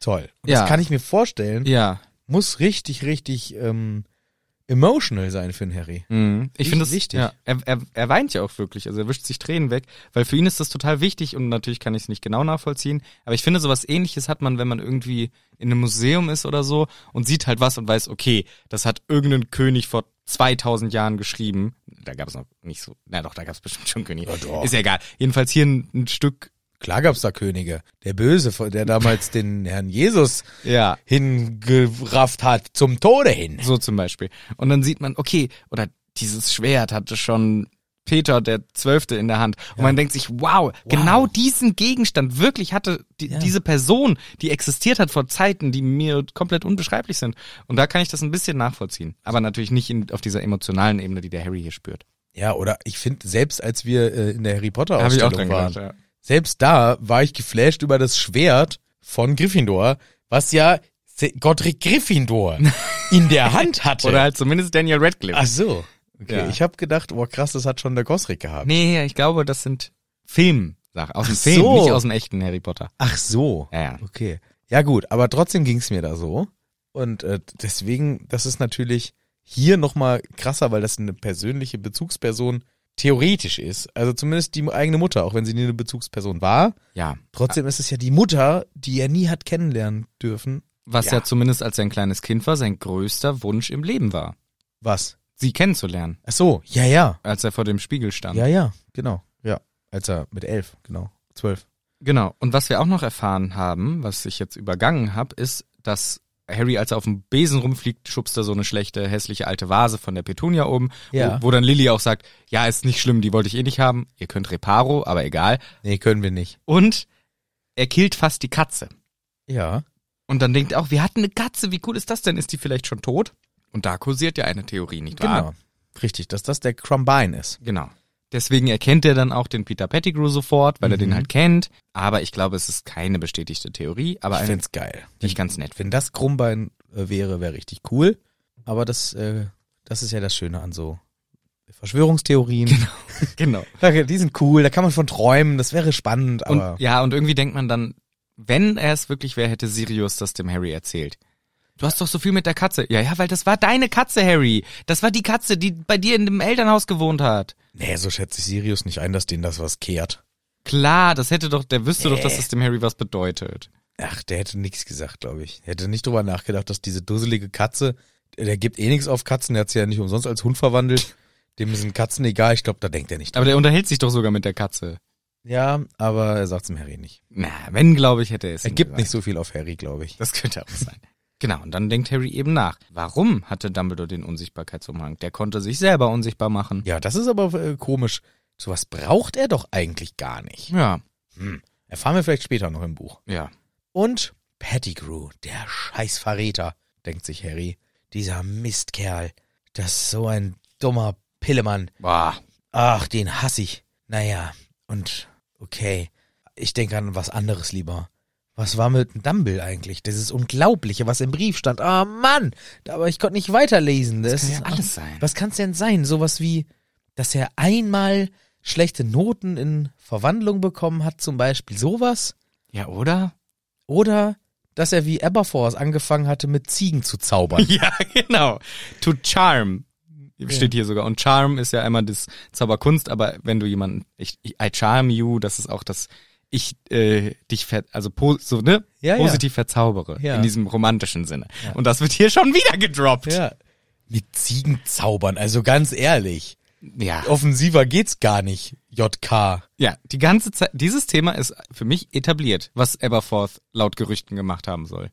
S2: toll. Und
S1: Ja.
S2: Das kann ich mir vorstellen.
S1: Ja.
S2: Muss richtig, richtig ähm, emotional sein für den Harry.
S1: Mhm. Ich
S2: Richtig
S1: finde das
S2: wichtig.
S1: Ja, er, er, er weint ja auch wirklich, also er wischt sich Tränen weg, weil für ihn ist das total wichtig und natürlich kann ich es nicht genau nachvollziehen, aber ich finde sowas ähnliches hat man, wenn man irgendwie in einem Museum ist oder so und sieht halt was und weiß, okay, das hat irgendein König vor 2000 Jahren geschrieben. Da gab es noch nicht so, na doch, da gab es bestimmt schon König.
S2: doch.
S1: Ist ja egal. Jedenfalls hier ein, ein Stück,
S2: Klar gab's da Könige. Der Böse, der damals den Herrn Jesus
S1: ja,
S2: hingerafft hat, zum Tode hin.
S1: So zum Beispiel. Und dann sieht man, okay, oder dieses Schwert hatte schon Peter der Zwölfte in der Hand. Und man denkt sich, wow, genau diesen Gegenstand wirklich hatte die,
S2: Ja.
S1: diese Person, die existiert hat vor Zeiten, die mir komplett unbeschreiblich sind. Und da kann ich das ein bisschen nachvollziehen. Aber natürlich nicht in, auf dieser emotionalen Ebene, die der Harry hier spürt.
S2: Ja, oder ich finde, selbst als wir äh, in der Harry Potter
S1: Da hab ich auch
S2: Ausstellung
S1: dran
S2: waren,
S1: gedacht, ja.
S2: selbst da war ich geflasht über das Schwert von Gryffindor, was ja Se- Godric Gryffindor in der Hand hatte.
S1: Oder halt zumindest Daniel Radcliffe.
S2: Ach so. Okay,
S1: Ja.
S2: ich habe gedacht, oh krass, das hat schon der Gosrick gehabt.
S1: Nee, ich glaube, das sind Film. Aus dem
S2: Ach
S1: Film,
S2: so.
S1: nicht aus dem echten Harry Potter.
S2: Ach so.
S1: Ja, ja.
S2: Okay. Ja gut, aber trotzdem ging's mir da so. Und äh, deswegen, das ist natürlich hier nochmal krasser, weil das eine persönliche Bezugsperson theoretisch ist. Also zumindest die eigene Mutter, auch wenn sie nie eine Bezugsperson war.
S1: Ja.
S2: Trotzdem ist es ja die Mutter, die er nie hat kennenlernen dürfen.
S1: Was ja.
S2: Ja.
S1: ja zumindest als er ein kleines Kind war, sein größter Wunsch im Leben war.
S2: Was?
S1: sie kennenzulernen,
S2: Ach so, ja, ja.
S1: als er vor dem Spiegel stand.
S2: Ja, ja, genau. Ja, als er mit elf, genau, zwölf.
S1: Genau. Und was wir auch noch erfahren haben, was ich jetzt übergangen habe, ist, dass Harry, als er auf dem Besen rumfliegt, schubst er so eine schlechte, hässliche alte Vase von der Petunia oben,
S2: Ja.
S1: wo, wo dann Lily auch sagt, ja, ist nicht schlimm, die wollte ich eh nicht haben, ihr könnt Reparo, aber egal.
S2: Nee, können wir nicht.
S1: Und er killt fast die Katze.
S2: Ja.
S1: Und dann denkt er auch, wir hatten eine Katze, wie cool ist das denn? Ist die vielleicht schon tot? Und da kursiert ja eine Theorie, nicht wahr?
S2: Genau. Richtig, dass das der Crumbine ist.
S1: Genau. Deswegen erkennt er dann auch den Peter Pettigrew sofort, weil er
S2: Mhm.
S1: den halt kennt. Aber ich glaube, es ist keine bestätigte Theorie, aber
S2: ich
S1: eine,
S2: find's geil.
S1: die ich ganz nett finde.
S2: Wenn das Krummbein äh, wäre, wäre richtig cool. Aber das, äh, das ist ja das Schöne an so Verschwörungstheorien.
S1: Genau.
S2: Danke, Die sind cool, da kann man von träumen, das wäre spannend, aber
S1: Und, ja, und irgendwie denkt man dann, wenn er es wirklich wäre, hätte Sirius das dem Harry erzählt. Du hast doch so viel mit der Katze. Ja, ja, weil das war deine Katze, Harry. Das war die Katze, die bei dir in dem Elternhaus gewohnt hat.
S2: nee, so schätze ich Sirius nicht ein, dass denen das was kehrt.
S1: Klar, das hätte doch, der wüsste
S2: Äh.
S1: doch, dass das dem Harry was bedeutet.
S2: Ach, der hätte nichts gesagt, glaube ich. Er hätte nicht drüber nachgedacht, dass diese dusselige Katze, der gibt eh nichts auf Katzen, der hat sie ja nicht umsonst als Hund verwandelt. Dem sind Katzen egal, ich glaube, da denkt er nicht. dran.
S1: Aber der unterhält sich doch sogar mit der Katze.
S2: Ja, aber er sagt's dem Harry nicht.
S1: Na, wenn, glaube ich, hätte er es.
S2: Er
S1: ihm
S2: gibt
S1: gesagt.
S2: nicht so viel auf Harry, glaube ich.
S1: Das könnte auch sein. Genau, und dann denkt Harry eben nach. Warum hatte Dumbledore den Unsichtbarkeitsumhang? Der konnte sich selber unsichtbar machen.
S2: Ja, das ist aber äh, komisch. Sowas braucht er doch eigentlich gar nicht.
S1: Ja,
S2: Hm. Erfahren wir vielleicht später noch im Buch.
S1: ja.
S2: Und Pettigrew, der Scheißverräter, denkt sich Harry. Dieser Mistkerl. Das ist so ein dummer Pillemann.
S1: Boah.
S2: Ach, den hasse ich. Naja, und okay. Ich denke an was anderes lieber. Was war mit Dumble eigentlich? Das ist Unglaubliche, was im Brief stand. Ah, Mann! Aber ich konnte nicht weiterlesen. Das,
S1: kann ja
S2: ist
S1: alles sein.
S2: Was kann es denn sein? Sowas wie, dass er einmal schlechte Noten in Verwandlung bekommen hat, zum Beispiel sowas.
S1: Ja, oder?
S2: Oder dass er wie Aberforce angefangen hatte, mit Ziegen zu zaubern.
S1: Ja, genau. To charm. Steht hier sogar. Und Charm ist ja einmal das Zauberkunst, aber wenn du jemanden, ich, ich, I charm you, das ist auch das, ich äh, dich ver, also po, so, ne?
S2: Ja, ja.
S1: Positiv verzaubere.
S2: Ja.
S1: In diesem romantischen Sinne. Und das wird hier schon wieder gedroppt.
S2: Mit Ziegen zaubern, also ganz ehrlich.
S1: ja.
S2: Offensiver geht's gar nicht, JK.
S1: Ja, die ganze Zeit, dieses Thema ist für mich etabliert, was Aberforth laut Gerüchten gemacht haben soll.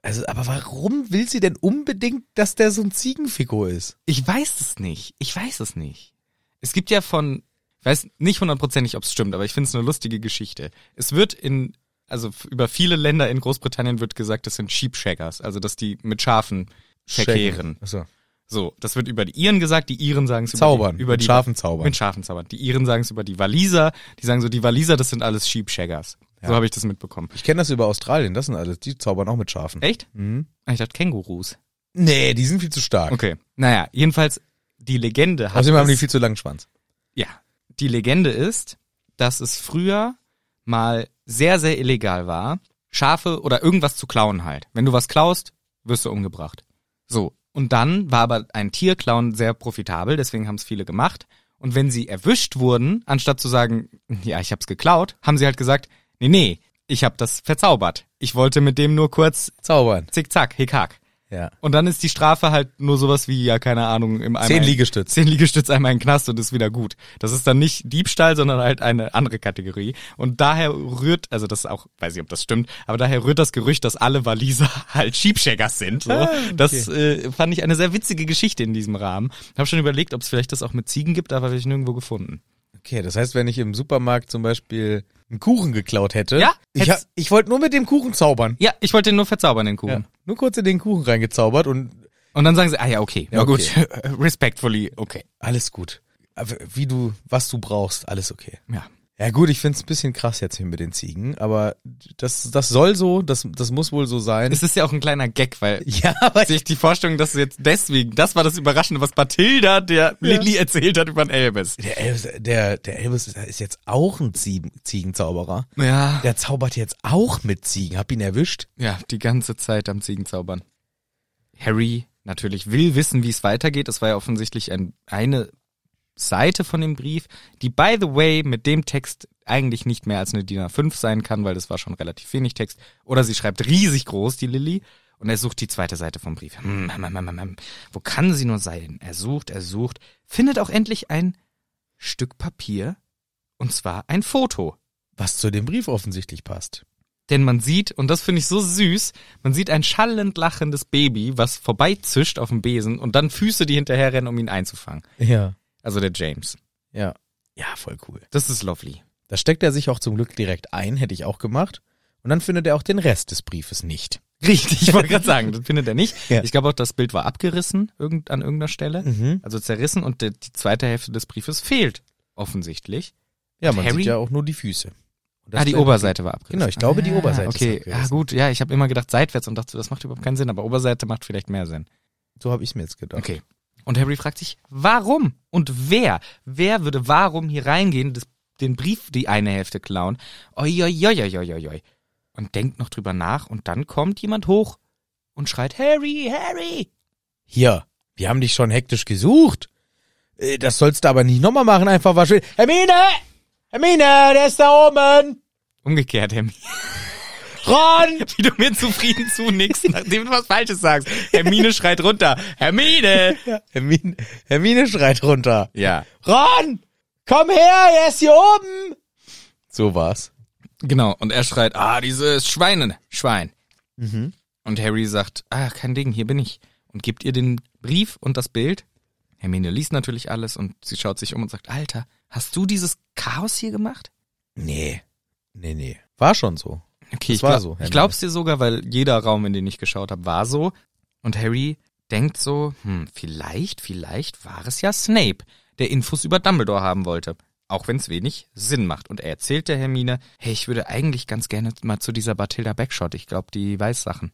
S2: Also, aber warum will sie denn unbedingt, dass der so ein Ziegenfigur ist?
S1: Ich weiß es nicht. Ich weiß es nicht. Es gibt ja von, ich weiß nicht hundertprozentig, ob es stimmt, aber ich finde es eine lustige Geschichte. Es wird in, also f- über viele Länder in Großbritannien wird gesagt, das sind Sheepshaggers, also dass die mit Schafen verkehren.
S2: Achso.
S1: So, das wird über die Iren gesagt, die Iren sagen es
S2: Zaubern.
S1: über die, über
S2: Mit
S1: die
S2: Schafen zaubern.
S1: Mit Schafen zaubern. Die Iren sagen es über die Waliser, die sagen so, die Waliser, das sind alles Sheepshaggers. So habe ich das mitbekommen.
S2: Ich kenne das über Australien, das sind alles, die zaubern auch mit Schafen.
S1: Echt?
S2: Mhm.
S1: Ah, Ich dachte Kängurus.
S2: Nee, die sind viel zu stark.
S1: Okay. Naja, jedenfalls die Legende hat
S2: Außerdem Also, haben die
S1: es-
S2: viel zu langen Schwanz.
S1: ja, die Legende ist, dass es früher mal sehr sehr illegal war, Schafe oder irgendwas zu klauen halt. Wenn du was klaust, wirst du umgebracht. So, und dann war aber ein Tierklauen sehr profitabel, deswegen haben es viele gemacht und wenn sie erwischt wurden, anstatt zu sagen, ja, ich hab's geklaut, haben sie halt gesagt, nee, nee, ich hab das verzaubert. Ich wollte mit dem nur kurz
S2: Zaubern.
S1: zickzack, hickhack.
S2: Ja.
S1: Und dann ist die Strafe halt nur sowas wie, ja, keine Ahnung, im einmal
S2: Zehn Liegestütze.
S1: Zehn Liegestütze, einmal in den Knast und ist wieder gut. Das ist dann nicht Diebstahl, sondern halt eine andere Kategorie. Und daher rührt, also das ist auch, weiß ich, ob das stimmt, aber daher rührt das Gerücht, dass alle Waliser halt Sheepshaggers sind.
S2: Ah,
S1: So. Das äh, fand ich eine sehr witzige Geschichte in diesem Rahmen. Habe schon überlegt, ob es vielleicht das auch mit Ziegen gibt, aber habe ich nirgendwo gefunden.
S2: Okay, das heißt, wenn ich im Supermarkt zum Beispiel einen Kuchen geklaut hätte,
S1: Ja,
S2: ich,
S1: hätt's-
S2: ha- ich wollte nur mit dem Kuchen zaubern.
S1: Ja, ich wollte den nur verzaubern, den Kuchen.
S2: Ja. Nur kurz in den Kuchen reingezaubert und
S1: Und dann sagen sie, ah ja, okay,
S2: Ja,
S1: na gut, respectfully, okay.
S2: alles gut. Aber Wie du, was du brauchst, alles okay.
S1: Ja.
S2: Ja gut, ich find's ein bisschen krass jetzt hier mit den Ziegen, aber das, das soll so, das, das muss wohl so sein.
S1: Es ist ja auch ein kleiner Gag, weil
S2: ja, aber
S1: sich die Vorstellung, dass du jetzt deswegen, das war das Überraschende, was Bathilda der Lilly erzählt hat über den Elvis.
S2: der Elvis, der, der Elvis ist- ist jetzt auch ein Ziegen, Ziegenzauberer.
S1: Ja.
S2: Der zaubert jetzt auch mit Ziegen. Hab ihn erwischt.
S1: Ja, die ganze Zeit am Ziegenzaubern. Harry natürlich will wissen, wie es weitergeht. Es war ja offensichtlich ein, eine Seite von dem Brief, die by the way mit dem Text eigentlich nicht mehr als eine DIN A5 sein kann, weil das war schon relativ wenig Text. Oder sie schreibt riesig groß, die Lilly. Und er sucht die zweite Seite vom Brief. Hm, hm, hm, hm, hm. Wo kann sie nur sein? Er sucht, er sucht, findet auch endlich ein Stück Papier. Und zwar ein Foto.
S2: Was zu dem Brief offensichtlich passt.
S1: Denn man sieht, und das finde ich so süß, man sieht ein schallend lachendes Baby, was vorbeizischt auf dem Besen und dann Füße, die hinterherrennen, um ihn einzufangen.
S2: Ja.
S1: Also der James.
S2: Ja. Ja, voll cool.
S1: Das ist lovely.
S2: Da steckt er sich auch zum Glück direkt ein, hätte ich auch gemacht. Und dann findet er auch den Rest des Briefes nicht.
S1: Richtig, ich wollte gerade sagen, das findet er nicht.
S2: Ja. Mhm.
S1: Ich glaube auch, das Bild war abgerissen irgend, an irgendeiner Stelle, also zerrissen und der, die zweite Hälfte des Briefes fehlt offensichtlich.
S2: Ja, man
S1: Harry?
S2: sieht ja auch nur die Füße. Und das
S1: ah, die
S2: wäre-
S1: Oberseite war abgerissen.
S2: Genau, ich glaube, die
S1: Ah,
S2: Oberseite ist
S1: Okay,
S2: abgerissen.
S1: ah, gut, ja, ich habe immer gedacht seitwärts und dachte, das macht überhaupt keinen Sinn, aber Oberseite macht vielleicht mehr Sinn.
S2: So habe ich mir jetzt gedacht.
S1: Okay. Und Harry fragt sich, warum und wer? Wer würde warum hier reingehen, das, den Brief die eine Hälfte klauen? Oi, oi, oi, oi, oi, oi, oi. Und denkt noch drüber nach und dann kommt jemand hoch und schreit, Harry, Harry!
S2: Hier, wir haben dich schon hektisch gesucht. Äh, Das sollst du aber nicht nochmal machen, einfach waschen. Hermine! Hermine, der ist da oben!
S1: Umgekehrt, Hermine.
S2: Ron!
S1: Wie du mir zufrieden zunickst, nachdem du was Falsches sagst. Hermine schreit runter. Hermine!
S2: Hermine, Hermine schreit runter.
S1: Ja.
S2: Ron! Komm her, er ist hier oben! So war's.
S1: Genau, und er schreit, ah, dieses Schweine, Schwein. Und Harry sagt, ah, kein Ding, hier bin ich. Und gibt ihr den Brief und das Bild. Hermine liest natürlich alles und sie schaut sich um und sagt, Alter, hast du dieses Chaos hier gemacht?
S2: Nee. Nee, nee. War schon so.
S1: Okay,
S2: Das
S1: ich,
S2: war
S1: glaub,
S2: so,
S1: ich
S2: Hermine.
S1: glaub's dir sogar, weil jeder Raum, in den ich geschaut habe, war so. Und Harry denkt so, hm, vielleicht, vielleicht war es ja Snape, der Infos über Dumbledore haben wollte. Auch wenn's wenig Sinn macht. Und er erzählt der Hermine, hey, ich würde eigentlich ganz gerne mal zu dieser Bathilda Backshot. Ich glaube, die weiß Sachen.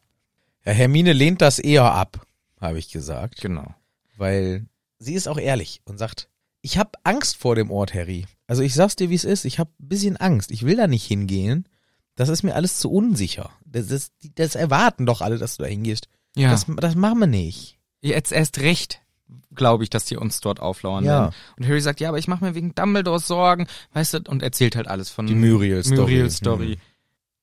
S2: Ja, Hermine lehnt das eher ab, habe ich gesagt.
S1: Genau.
S2: weil sie ist auch ehrlich und sagt, ich habe Angst vor dem Ort, Harry. Also ich sag's dir, wie es ist. Ich habe ein bisschen Angst. Ich will da nicht hingehen. Das ist mir alles zu unsicher. Das, ist, das erwarten doch alle, dass du da hingehst.
S1: Ja.
S2: Das, das machen wir nicht.
S1: Jetzt erst recht, glaube ich, dass die uns dort auflauern
S2: Ja.
S1: werden. Und Harry sagt, ja, aber ich mache mir wegen Dumbledore Sorgen, weißt du, und erzählt halt alles von
S2: Die Muriel-Story.
S1: Muriel-Story.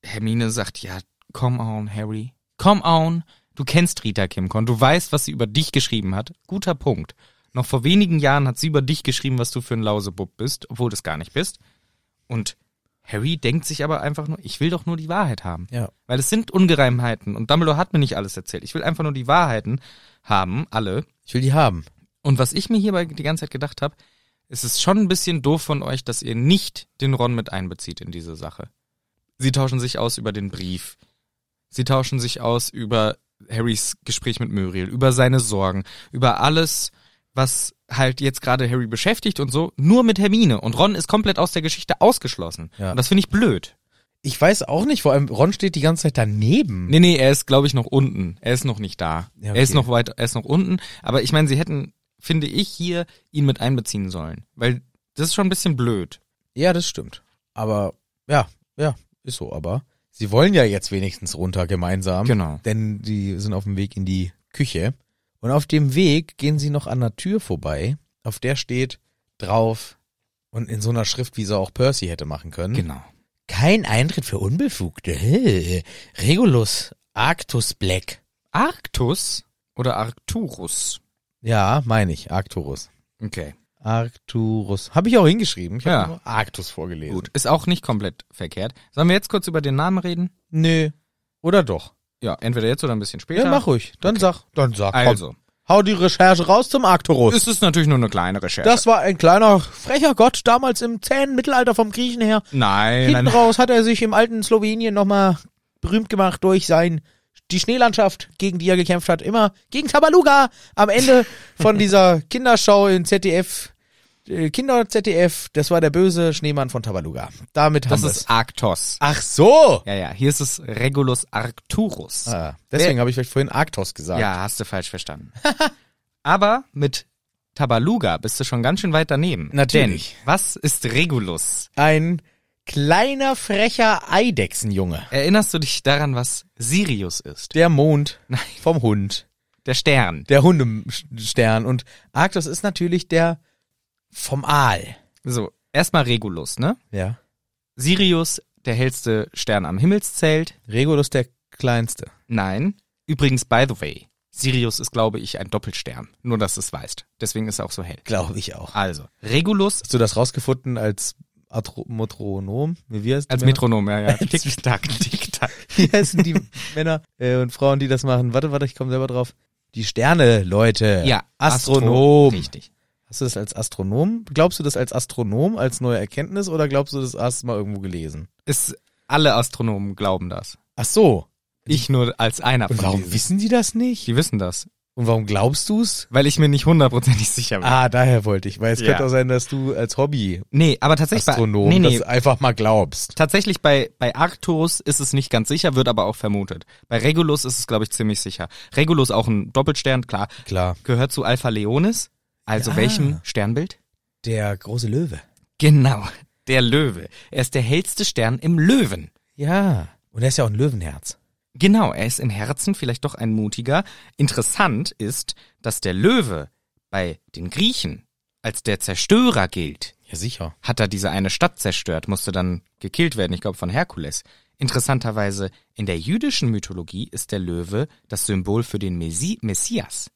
S1: Hermine sagt, ja, come on, Harry, come on. Du kennst Rita Kimcorn, du weißt, was sie über dich geschrieben hat. Guter Punkt. Noch vor wenigen Jahren hat sie über dich geschrieben, was du für ein Lausebub bist, obwohl du es gar nicht bist. Und Harry denkt sich aber einfach nur, ich will doch nur die Wahrheit haben.
S2: Mhm. Ja.
S1: Weil es sind Ungereimheiten und Dumbledore hat mir nicht alles erzählt. Ich will einfach nur die Wahrheiten haben, alle.
S2: Ich will die haben.
S1: Und was ich mir hierbei die ganze Zeit gedacht habe, es ist schon ein bisschen doof von euch, dass ihr nicht den Ron mit einbezieht in diese Sache. Sie tauschen sich aus über den Brief. Sie tauschen sich aus über Harrys Gespräch mit Muriel, über seine Sorgen, über alles, was halt jetzt gerade Harry beschäftigt und so, nur mit Hermine. Und Ron ist komplett aus der Geschichte ausgeschlossen.
S2: Ja.
S1: Und das finde ich blöd.
S2: Ich weiß auch nicht, vor allem Ron steht die ganze Zeit daneben.
S1: Nee, nee, er ist, glaube ich, noch unten. Er ist noch nicht da.
S2: Ja, okay.
S1: Er ist noch weit, er ist noch unten. Aber ich meine, sie hätten, finde ich, hier ihn mit einbeziehen sollen. Weil das ist schon ein bisschen blöd.
S2: Ja, das stimmt. Aber ja, ja, ist so. Aber sie wollen ja jetzt wenigstens runter gemeinsam.
S1: Genau.
S2: Denn die sind auf dem Weg in die Küche. Und auf dem Weg gehen sie noch an einer Tür vorbei, auf der steht drauf und in so einer Schrift, wie sie auch Percy hätte machen können.
S1: Genau.
S2: Kein Eintritt für Unbefugte. Hä? Regulus Arctus Black.
S1: Arctus oder Arcturus?
S2: Ja, meine ich, Arcturus.
S1: Okay.
S2: Arcturus. Habe ich auch hingeschrieben. Ich
S1: Ja.
S2: habe nur Arctus vorgelesen.
S1: Gut. Ist auch nicht komplett verkehrt. Sollen wir jetzt kurz über den Namen reden?
S2: Nö. Oder doch?
S1: Ja, entweder jetzt oder ein bisschen später.
S2: Ja, mach ruhig. Dann sag. Dann sag. komm.
S1: Also,
S2: Hau die Recherche raus zum Arcturus.
S1: es ist natürlich nur eine kleine Recherche.
S2: das war ein kleiner, frecher Gott damals im zähen Mittelalter vom Griechen her.
S1: nein,
S2: Hinten
S1: nein.
S2: raus hat er sich im alten Slowenien nochmal berühmt gemacht durch sein, die Schneelandschaft, gegen die er gekämpft hat. Immer gegen Tabaluga. Am Ende von dieser Kinderschau in ZDF. äh, Kinder ZDF, das war der böse Schneemann von Tabaluga. Damit haben
S1: Das
S2: wir
S1: ist Arctos.
S2: Ach so!
S1: Ja, ja, hier ist es Regulus Arcturus.
S2: Ah, deswegen habe ich vielleicht vorhin Arktos gesagt.
S1: Ja, hast du falsch verstanden. Aber mit Tabaluga bist du schon ganz schön weit daneben.
S2: Natürlich.
S1: Denn was ist Regulus?
S2: Ein kleiner, frecher Eidechsenjunge.
S1: Erinnerst du dich daran, was Sirius ist?
S2: Der Mond
S1: Nein.
S2: vom Hund.
S1: Der Stern.
S2: Der Hundestern. Und Arktos ist natürlich der vom Aal.
S1: So, erstmal Regulus, ne?
S2: Ja.
S1: Sirius, der hellste Stern am Himmelszelt.
S2: Regulus der kleinste.
S1: Nein. Übrigens, by the way, Sirius ist, glaube ich, ein Doppelstern. Nur, dass du es weißt. Deswegen ist er auch so hell.
S2: Glaube ich auch.
S1: Also, Regulus
S2: Hast du das rausgefunden als Atro Metronom? Wie wir es
S1: als Metronom, ja, ja. Tick-Tack, Tick-Tack.
S2: Wie heißen die Männer äh, und Frauen, die das machen? Warte, warte, ich komme selber drauf. Die Sterne, Leute.
S1: Ja,
S2: Astronom.
S1: Astro- richtig.
S2: Hast du das als Astronom? Glaubst du das als Astronom, als neue Erkenntnis oder glaubst du das erst mal irgendwo gelesen?
S1: Ist, alle Astronomen glauben das.
S2: Ach so.
S1: Ich nur als einer von
S2: Und warum
S1: diesen.
S2: wissen die das nicht?
S1: Die wissen das.
S2: Und warum glaubst du's?
S1: Weil ich mir nicht hundertprozentig sicher bin.
S2: Ah, daher wollte ich, weil es
S1: Ja.
S2: könnte auch sein, dass du als Hobby
S1: Nee, aber tatsächlich
S2: Astronom
S1: bei, nee, nee,
S2: das einfach mal glaubst.
S1: tatsächlich bei, bei Arcturus ist es nicht ganz sicher, wird aber auch vermutet. Bei Regulus ist es, glaube ich, ziemlich sicher. Regulus auch ein Doppelstern, klar.
S2: Klar.
S1: Gehört zu Alpha Leonis, also
S2: Ja.
S1: welchem Sternbild?
S2: Der große Löwe.
S1: Genau, der Löwe. Er ist der hellste Stern im Löwen.
S2: Ja. Und er ist ja auch ein Löwenherz.
S1: Genau, er ist im Herzen vielleicht doch ein mutiger. Interessant ist, dass der Löwe bei den Griechen als der Zerstörer gilt.
S2: Ja, sicher.
S1: Hat er diese eine Stadt zerstört, musste dann gekillt werden, ich glaube von Herkules. Interessanterweise, in der jüdischen Mythologie ist der Löwe das Symbol für den Messi Messias.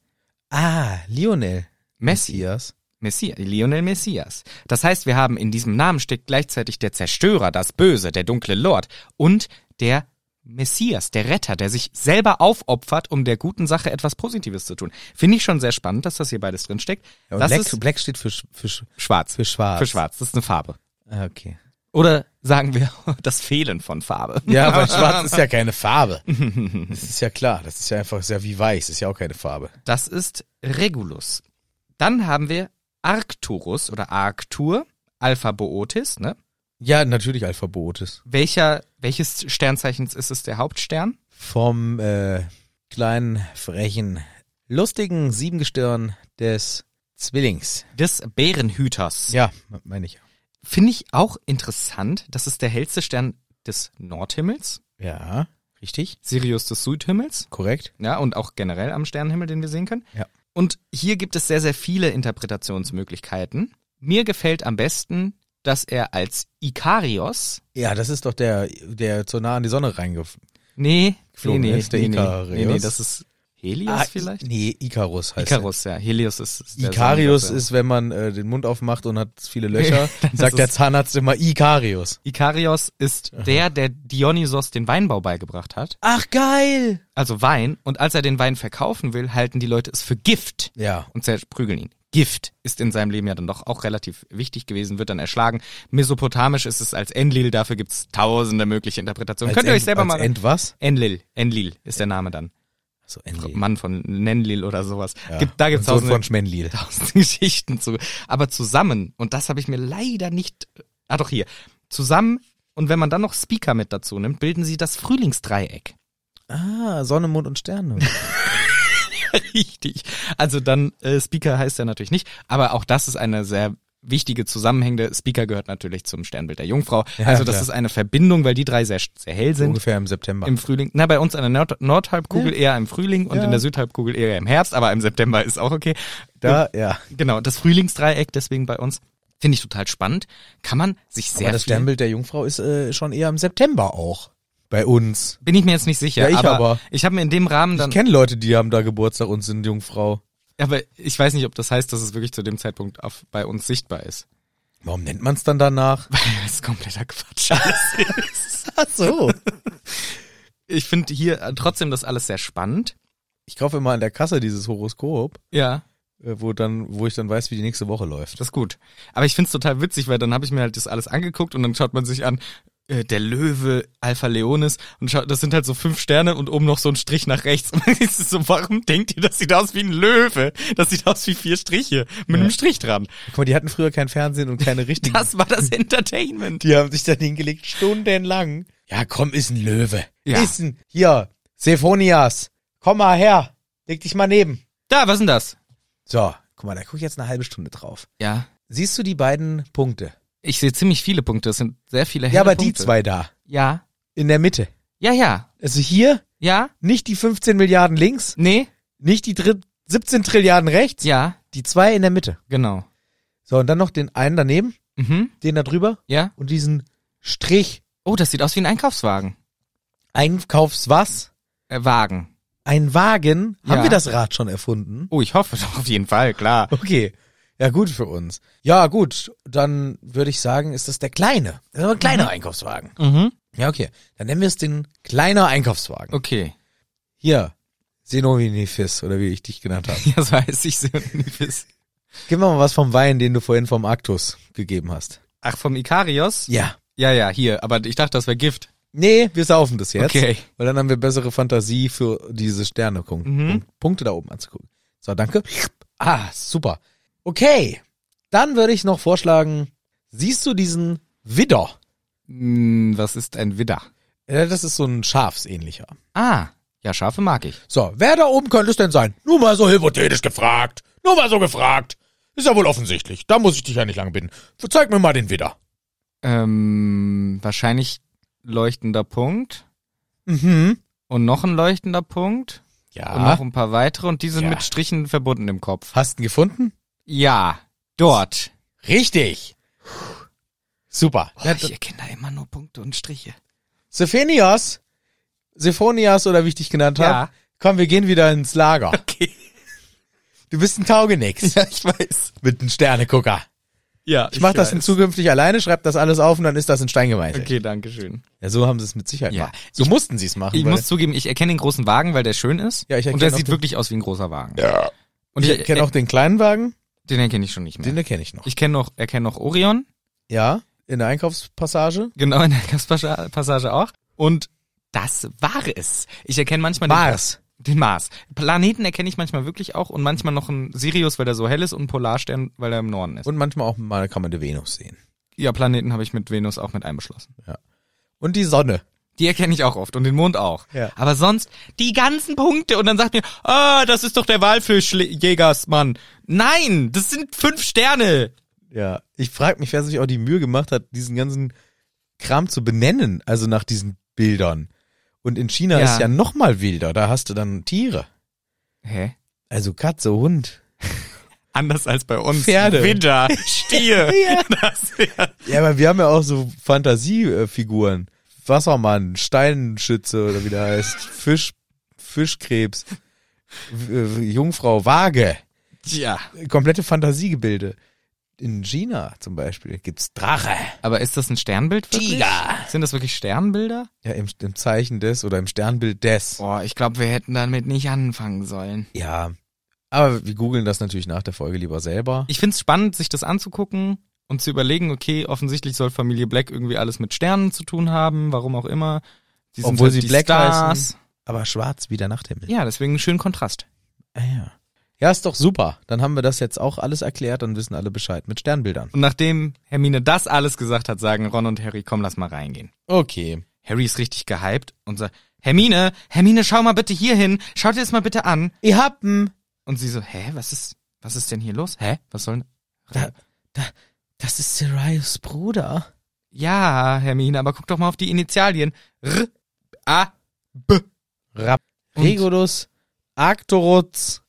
S2: Ah, Lionel.
S1: Messi.
S2: Messias.
S1: Messias, Lionel Messias. Das heißt, wir haben in diesem Namen steckt gleichzeitig der Zerstörer, das Böse, der dunkle Lord und der Messias, der Retter, der sich selber aufopfert, um der guten Sache etwas Positives zu tun. Finde ich schon sehr spannend, dass das hier beides drin steckt.
S2: Ja, und
S1: das
S2: Black,
S1: ist
S2: Black steht für, Sch- für, Sch-
S1: schwarz.
S2: für schwarz.
S1: Für schwarz. Das ist eine Farbe.
S2: Ah, okay.
S1: Oder sagen wir das Fehlen von Farbe.
S2: Ja, aber schwarz ist ja keine Farbe. Das ist ja klar. Das ist ja einfach sehr wie weiß. Das ist ja auch keine Farbe.
S1: Das ist Regulus. Dann haben wir Arcturus oder Arctur, Alpha Bootis, ne?
S2: Ja, natürlich Alphabotes.
S1: Welcher, welches Sternzeichens ist es der Hauptstern?
S2: Vom äh, kleinen, frechen, lustigen Siebengestirn des Zwillings.
S1: des Bärenhüters.
S2: Ja, me- meine ich.
S1: Finde ich auch interessant. Das ist der hellste Stern des Nordhimmels,
S2: Ja, richtig.
S1: Sirius des Südhimmels,
S2: Korrekt.
S1: ja, und auch generell am Sternenhimmel, den wir sehen können.
S2: Ja.
S1: Und hier gibt es sehr, sehr viele Interpretationsmöglichkeiten. Mir gefällt am besten, dass er als Ikarios,
S2: Ja, das ist doch der, der zu nah an die Sonne reingef.
S1: nee, nee,
S2: Geflogen
S1: nee,
S2: ist der
S1: nee, nee,
S2: Ikarios.
S1: nee, nee, das ist Helios
S2: Ah,
S1: vielleicht?
S2: Nee, Icarus heißt er.
S1: Ikarus, ja, Helios ist ist der
S2: Ikarius
S1: Sonnengott.
S2: ist, wenn man äh, den Mund aufmacht und hat viele Löcher, sagt der
S1: es-
S2: Zahnarzt immer Ikarius.
S1: Ikarios ist der, der Dionysos den Weinbau beigebracht hat.
S2: Ach geil!
S1: also Wein, und als er den Wein verkaufen will, halten die Leute es für Gift
S2: Ja.
S1: und zerprügeln ihn. Gift ist in seinem Leben ja dann doch auch relativ wichtig gewesen, wird dann erschlagen. Mesopotamisch ist es als Enlil, dafür gibt's tausende mögliche Interpretationen. Könnt ihr euch selber
S2: als
S1: mal...
S2: End was?
S1: Enlil, Enlil ist der Name dann.
S2: So End.
S1: Mann von Nenlil oder sowas.
S2: Ja.
S1: Gibt, da gibt's
S2: Und Sohn
S1: tausende,
S2: von Schmenlil.
S1: tausend Geschichten zu. Aber zusammen, und das habe ich mir leider nicht... Ah doch, hier. Zusammen, und wenn man dann noch Speaker mit dazu nimmt, bilden sie das Frühlingsdreieck.
S2: Ah, Sonne, Mond und Sterne.
S1: Richtig. Also dann äh, Speaker heißt er natürlich nicht, aber auch das ist eine sehr wichtige zusammenhängende. Speaker gehört natürlich zum Sternbild der Jungfrau.
S2: Ja,
S1: also das
S2: klar.
S1: ist eine Verbindung, weil die drei sehr, sehr hell sind.
S2: Ungefähr im September.
S1: Im Frühling, na bei uns an der Nord Nordhalbkugel eher im Frühling und
S2: Ja.
S1: in der Südhalbkugel eher im Herbst, aber im September ist auch okay.
S2: da, ja.
S1: Genau, das Frühlingsdreieck deswegen bei uns. Finde ich total spannend. Kann man sich sehr
S2: Aber das
S1: viel-
S2: Sternbild der Jungfrau ist äh, schon eher im September auch. Bei uns.
S1: Bin ich mir jetzt nicht sicher,
S2: Ja, ich
S1: aber,
S2: aber.
S1: ich habe mir in dem Rahmen
S2: Ich
S1: dann,
S2: kenne Leute, die haben da Geburtstag und sind Jungfrau.
S1: aber ich weiß nicht, ob das heißt, dass es wirklich zu dem Zeitpunkt auf, bei uns sichtbar ist.
S2: Warum nennt man es dann danach?
S1: Weil das kompletter Quatsch alles ist.
S2: Ach so.
S1: Ich finde hier äh, trotzdem das alles sehr spannend.
S2: Ich kaufe immer an der Kasse dieses Horoskop,
S1: Ja,
S2: äh, wo dann, wo ich dann weiß, wie die nächste Woche läuft.
S1: das ist gut. Aber ich finde es total witzig, weil dann habe ich mir halt das alles angeguckt und dann schaut man sich an, äh, der Löwe, Alpha Leonis und schaut, das sind halt so fünf Sterne und oben noch so ein Strich nach rechts. Und es ist so, warum denkt ihr, das sieht aus wie ein Löwe? Das sieht aus wie vier Striche mit einem Strich dran.
S2: Guck mal, die hatten früher kein Fernsehen und keine richtigen.
S1: Das war das Entertainment.
S2: Die haben sich dann hingelegt, stundenlang. Ja, komm, ist ein Löwe.
S1: Ja.
S2: Ist ein, hier, Sephonias, komm mal her, leg dich mal neben.
S1: Da, was ist denn das?
S2: So, guck mal, da guck ich jetzt eine halbe Stunde drauf.
S1: Ja,
S2: Siehst du die beiden Punkte?
S1: ich sehe ziemlich viele Punkte. Es sind sehr viele helle
S2: ja, aber die
S1: Punkte.
S2: zwei da,
S1: Ja,
S2: in der Mitte.
S1: ja, ja,
S2: Also hier,
S1: ja,
S2: nicht die 15 Milliarden links,
S1: nee,
S2: nicht die dritt- 17 Trilliarden rechts,
S1: ja,
S2: die zwei in der Mitte.
S1: genau.
S2: So, und dann noch den einen daneben,
S1: Mhm,
S2: den da drüber
S1: ja.
S2: und diesen Strich.
S1: Oh, das sieht aus wie ein Einkaufswagen.
S2: Einkaufs was?
S1: Äh, Wagen.
S2: Ein Wagen?
S1: Ja.
S2: Haben wir das Rad schon erfunden?
S1: Oh, ich hoffe doch auf jeden Fall, klar.
S2: Okay. Ja, gut für uns. Ja, gut. Dann würde ich sagen, ist das der kleine. Das ist aber ein kleiner Einkaufswagen.
S1: Mhm.
S2: Ja, okay. Dann nennen wir es den kleiner Einkaufswagen.
S1: Okay.
S2: Hier. Senovinifis, oder wie ich dich genannt habe.
S1: Ja, das weiß ich so.
S2: Gib mir mal was vom Wein, den du vorhin vom Arctus gegeben hast.
S1: Ach, vom Ikarios?
S2: Ja.
S1: Ja, ja, hier. Aber ich dachte, das wäre Gift.
S2: Nee, wir saufen das jetzt.
S1: Okay.
S2: Weil dann haben wir bessere Fantasie für diese Sterne gucken.
S1: Mhm.
S2: Punkt- Punkte da oben anzugucken. So, danke. Ah, super. Okay. Dann würde ich noch vorschlagen, siehst du diesen Widder?
S1: Hm, was ist ein Widder?
S2: Äh, Das ist so ein Schafsähnlicher.
S1: Ah, ja, Schafe mag ich.
S2: So, wer da oben könnte es denn sein? Nur mal so hypothetisch gefragt. Nur mal so gefragt. Ist ja wohl offensichtlich. Da muss ich dich ja nicht lange bitten. Zeig mir mal den Widder.
S1: Ähm, wahrscheinlich leuchtender Punkt
S2: Mhm.
S1: und noch ein leuchtender Punkt und noch
S2: Ja.
S1: ein paar weitere und die sind
S2: Ja.
S1: mit Strichen verbunden im Kopf.
S2: Hast du ihn gefunden?
S1: Ja, dort.
S2: Richtig. Super.
S1: Oh, ihr Kinder immer nur Punkte und Striche.
S2: Sephenios, Sephonias oder wie ich dich genannt habe.
S1: Ja.
S2: Komm, wir gehen wieder ins Lager.
S1: Okay.
S2: Du bist ein Taugenix
S1: Ja, ich weiß.
S2: mit einem Sternegucker.
S1: Ja,
S2: Ich mach das in zukünftig alleine, schreib das alles auf und dann ist das in Stein gemeißelt.
S1: Okay, danke schön.
S2: Ja, so haben sie es mit Sicherheit
S1: Ja.
S2: gemacht. So mussten sie es machen.
S1: Ich
S2: weil-
S1: muss zugeben, ich erkenne den großen Wagen, weil der schön ist.
S2: Ja, ich
S1: Und
S2: erkenne
S1: der
S2: auch
S1: sieht
S2: den-
S1: wirklich aus wie ein großer Wagen.
S2: ja.
S1: Und
S2: ich kenne auch den kleinen Wagen,
S1: Den erkenne ich schon nicht mehr.
S2: den kenne ich noch.
S1: Ich kenne noch, erkenne noch Orion.
S2: Ja, in der Einkaufspassage.
S1: Genau, in der Gaspascha-Passage auch. Und das war es. Ich erkenne manchmal
S2: Mars.
S1: Den, den Mars. Planeten erkenne ich manchmal wirklich auch und manchmal noch einen Sirius, weil der so hell ist und einen Polarstern, weil er im Norden ist.
S2: Und manchmal auch mal kann man die Venus sehen.
S1: ja, Planeten habe ich mit Venus auch mit einbeschlossen.
S2: Und die Sonne.
S1: Die erkenne ich auch oft und den Mond auch.
S2: Ja.
S1: Aber sonst die ganzen Punkte und dann sagt mir, ah, das ist doch der Walfischjägersmann. Nein, das sind fünf Sterne.
S2: Ja, ich frage mich, wer sich auch die Mühe gemacht hat, diesen ganzen Kram zu benennen, also nach diesen Bildern. Und in China
S1: Ja.
S2: ist ja noch mal wilder, da hast du dann Tiere.
S1: Hä?
S2: Also Katze, Hund.
S1: Anders als bei uns.
S2: Pferde.
S1: Widder, Stier.
S2: Ja.
S1: Das wär,
S2: Ja, aber wir haben ja auch so Fantasiefiguren. Wassermann, Steinschütze oder wie der heißt, Fisch, Fischkrebs, W- äh, Jungfrau, Waage.
S1: ja.
S2: Komplette Fantasiegebilde. In China zum Beispiel gibt's Drache.
S1: Aber ist das ein Sternbild wirklich?
S2: Tiger.
S1: Sind das wirklich Sternbilder?
S2: Ja, im, im Zeichen des oder im Sternbild des.
S1: Boah, ich glaube, wir hätten damit nicht anfangen sollen.
S2: Ja. Aber wir googeln das natürlich nach der Folge lieber selber.
S1: Ich find's spannend, sich das anzugucken und zu überlegen, okay, offensichtlich soll Familie Black irgendwie alles mit Sternen zu tun haben, warum auch immer. Die halt
S2: Obwohl sie
S1: die
S2: Black
S1: Stars.
S2: heißen. Aber schwarz wie der Nachthimmel.
S1: Ja, deswegen einen schönen Kontrast.
S2: Ah, ja. Ja, ist doch super. Dann haben wir das jetzt auch alles erklärt und wissen alle Bescheid mit Sternbildern.
S1: Und nachdem Hermine das alles gesagt hat, sagen Ron und Harry, komm, lass mal reingehen.
S2: Okay.
S1: Harry ist richtig gehypt und sagt, Hermine, Hermine, schau mal bitte hier hin, schau dir das mal bitte an.
S2: Ihr habt'n.
S1: Und sie so, hä, was ist, was ist denn hier los? Hä, was soll denn?
S2: Das ist Sirius Bruder.
S1: Ja, Hermine, aber guck doch mal auf die Initialien. R, A, B.
S2: Rap
S1: Und-
S2: Regulus Arcturus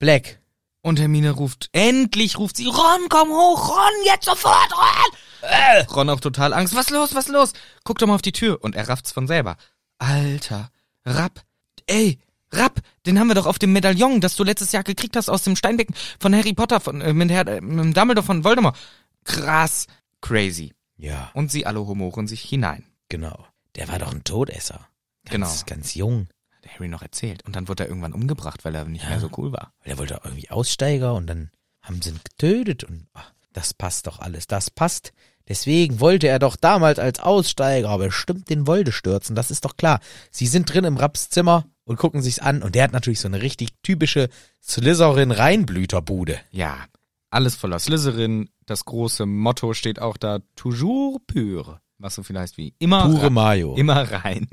S2: Black.
S1: Und Hermine ruft, endlich ruft sie, Ron, komm hoch, Ron, jetzt sofort, Ron! Äh. Ron auch total Angst, was los, was los? Guck doch mal auf die Tür. Und er rafft's von selber. Alter, Rapp, ey, Rapp, den haben wir doch auf dem Medaillon, das du letztes Jahr gekriegt hast aus dem Steinbecken von Harry Potter, von, äh, mit, Herr, äh, mit dem Dumbledore von Voldemort. Krass, crazy.
S2: Ja,
S1: Und sie alle humoren sich hinein.
S2: genau. Der war doch ein Todesser.
S1: Genau.
S2: Ganz jung.
S1: Hat Harry noch erzählt. Und dann wurde er irgendwann umgebracht, weil er nicht mehr so cool war.
S2: Weil er wollte irgendwie Aussteiger und dann haben sie ihn getötet und ach, das passt doch alles, das passt. Deswegen wollte er doch damals als Aussteiger bestimmt den Wolde stürzen, das ist doch klar. Sie sind drin im Rapszimmer und gucken sich's an und der hat natürlich so eine richtig typische Slytherin Reinblüterbude.
S1: Ja, alles voller Slytherin. Das große Motto steht auch da, toujours pur. Was so viel heißt wie immer,
S2: Pure
S1: rein,
S2: Mayo.
S1: immer rein.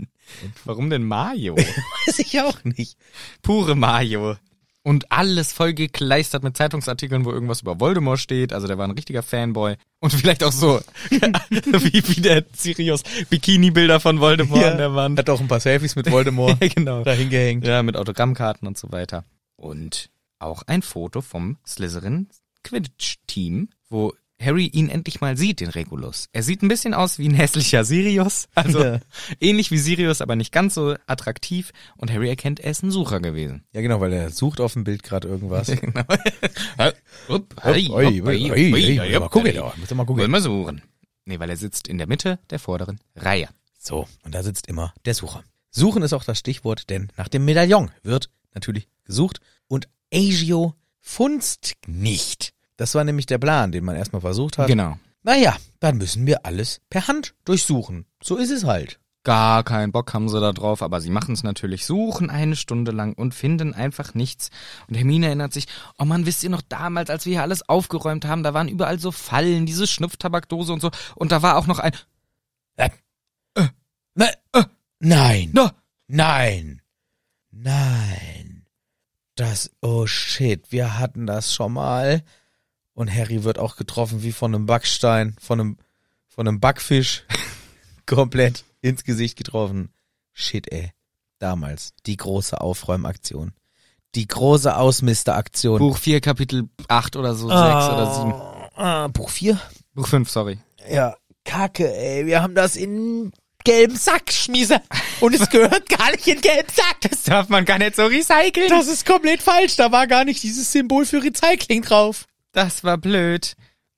S1: Warum denn Mayo?
S2: Weiß ich auch nicht.
S1: Pure Mayo. Und alles vollgekleistert mit Zeitungsartikeln, wo irgendwas über Voldemort steht. Also der war ein richtiger Fanboy. Und vielleicht auch so, wie, wie der Sirius, Bikini-Bilder von Voldemort an der Wand.
S2: Hat auch ein paar Selfies mit Voldemort
S1: Ja, genau.
S2: dahin gehängt.
S1: Ja, mit Autogrammkarten und so weiter. Und auch ein Foto vom Slytherin Quidditch-Team, wo Harry ihn endlich mal sieht, den Regulus. Er sieht ein bisschen aus wie ein hässlicher Sirius, also
S2: Ja.
S1: ähnlich wie Sirius, aber nicht ganz so attraktiv. Und Harry erkennt, er ist ein Sucher gewesen.
S2: Ja, genau, weil er sucht auf dem Bild gerade irgendwas.
S1: Genau.
S2: Ui, ui, ui, ui, ui, mal gucken, ja, muss doch mal
S1: Wollen
S2: gucken.
S1: wir suchen. Nee, weil er sitzt in der Mitte der vorderen Reihe.
S2: So, und da sitzt immer der Sucher. Suchen ist auch das Stichwort, denn nach dem Medaillon wird natürlich gesucht und Agio funzt nicht. Das war nämlich der Plan, den man erstmal versucht hat.
S1: Genau.
S2: Naja, dann müssen wir alles per Hand durchsuchen. So ist es halt.
S1: Gar keinen Bock haben sie da drauf, aber sie machen es natürlich, suchen eine Stunde lang und finden einfach nichts. Und Hermine erinnert sich, oh Mann, wisst ihr noch damals, als wir hier alles aufgeräumt haben, da waren überall so Fallen, diese Schnupftabakdose und so, und da war auch noch ein,
S2: Nein. Äh, Nein.
S1: na,
S2: Nein. Nein. Das, oh shit, wir hatten das schon mal. Und Harry wird auch getroffen wie von einem Backstein, von einem, von einem Backfisch. Komplett ins Gesicht getroffen. Shit, ey. Damals. Die große Aufräumaktion. Die große Ausmisteraktion.
S1: Buch 4, Kapitel 8 oder so, 6 oder 7.
S2: Ah, Buch 4?
S1: Buch 5, sorry.
S2: Ja, kacke, ey. Wir haben das in gelben Sack schmiese. Und es gehört gar nicht in gelben Sack. Das,
S1: Darf man gar nicht so recyceln?
S2: das ist komplett falsch. Da war gar nicht dieses Symbol für Recycling drauf.
S1: Das war blöd.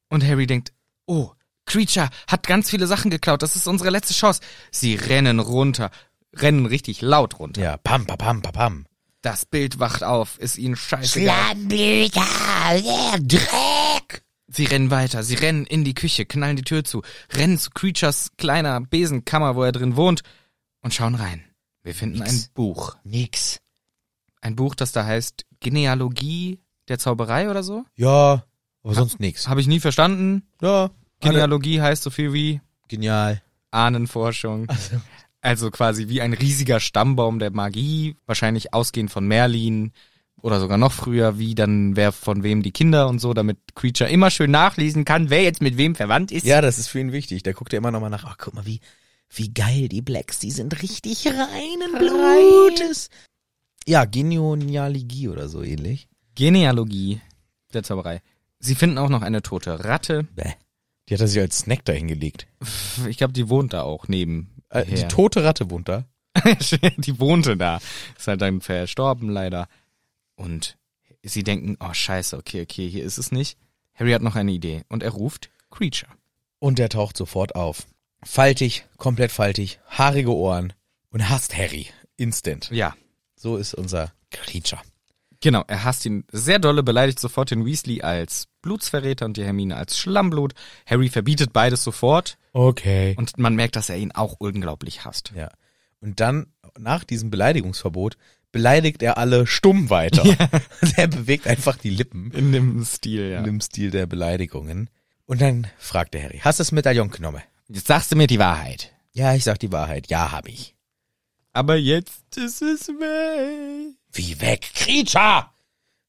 S1: Und Harry denkt, oh, Creature hat ganz viele Sachen geklaut. Das ist unsere letzte Chance. Sie rennen runter. Rennen richtig laut runter.
S2: Ja, pam, pam, pam, pam, pam.
S1: Das Bild wacht auf. Ist ihnen scheißegal.
S2: Schlammblüter, der Dreck.
S1: Sie rennen weiter. Sie rennen in die Küche, knallen die Tür zu, rennen zu Creatures kleiner Besenkammer, wo er drin wohnt, und schauen rein. Wir finden ein Buch.
S2: Nix.
S1: Ein Buch, das da heißt Genealogie der Zauberei oder so.
S2: Ja, aber sonst nix.
S1: Habe ich nie verstanden.
S2: Ja, alle-
S1: Genealogie heißt so viel wie
S2: genial.
S1: Ahnenforschung. Also quasi wie ein riesiger Stammbaum der Magie, wahrscheinlich ausgehend von Merlin oder sogar noch früher, wie dann wer von wem die Kinder und so, damit Creature immer schön nachlesen kann, wer jetzt mit wem verwandt ist.
S2: Ja, das ist für ihn wichtig. Da guckt er immer noch mal nach. Ach, guck mal, wie, wie geil die Blacks, die sind richtig reinen Blutes. Ja, Genialigie oder so ähnlich.
S1: Genealogie der Zauberei. Sie finden auch noch eine tote Ratte.
S2: Bäh. Die hat er sich als Snack dahin gelegt.
S1: Pff, Ich glaube, die wohnt da auch neben.
S2: Äh, Die
S1: her.
S2: tote Ratte wohnt da.
S1: die wohnte da. Ist halt dann verstorben leider. Und sie denken, oh scheiße, okay, okay, hier ist es nicht. Harry hat noch eine Idee und er ruft Creature.
S2: Und der taucht sofort auf. Faltig, komplett faltig, haarige Ohren und hasst Harry. Instant.
S1: Ja,
S2: So ist unser Creature.
S1: Genau, er hasst ihn sehr dolle, beleidigt sofort den Weasley als Blutsverräter und die Hermine als Schlammblut. Harry verbietet beides sofort
S2: Okay.
S1: und man merkt, dass er ihn auch unglaublich hasst.
S2: Ja. Und dann, nach diesem Beleidigungsverbot, beleidigt er alle stumm weiter. Er bewegt einfach die Lippen
S1: In dem Stil, ja.
S2: in dem Stil der Beleidigungen. Und dann fragt der Harry, hast du das Medaillon genommen?
S1: Jetzt sagst du mir die Wahrheit.
S2: Ja, ich sag die Wahrheit. Ja, hab ich.
S1: Aber jetzt ist es weg.
S2: Wie weg, Creature!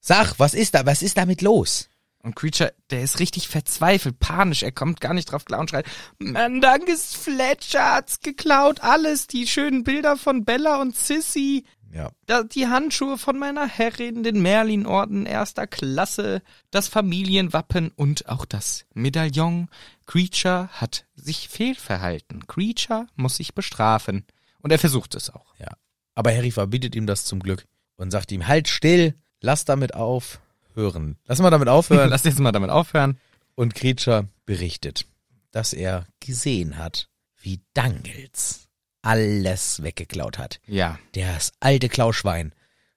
S2: Sag, was ist da, was ist damit los?
S1: Und Creature, der ist richtig verzweifelt, panisch, er kommt gar nicht drauf klar und schreit, Mann, dankes Fletcher hat's geklaut, alles, die schönen Bilder von Bella und Sissy.
S2: Ja.
S1: Da- die Handschuhe von meiner Herrin, den Merlin-Orden erster Klasse, das Familienwappen und auch das Medaillon. Creature hat sich fehlverhalten. Creature muss sich bestrafen. Und er versucht es auch.
S2: Ja. Aber Harry verbietet ihm das zum Glück und sagt ihm, halt still, lass damit auf, hören. Lass mal damit aufhören.
S1: Lass jetzt mal damit aufhören.
S2: Und Creature berichtet, dass er gesehen hat, wie Dangles alles weggeklaut hat.
S1: Ja.
S2: Das alte Klauschwein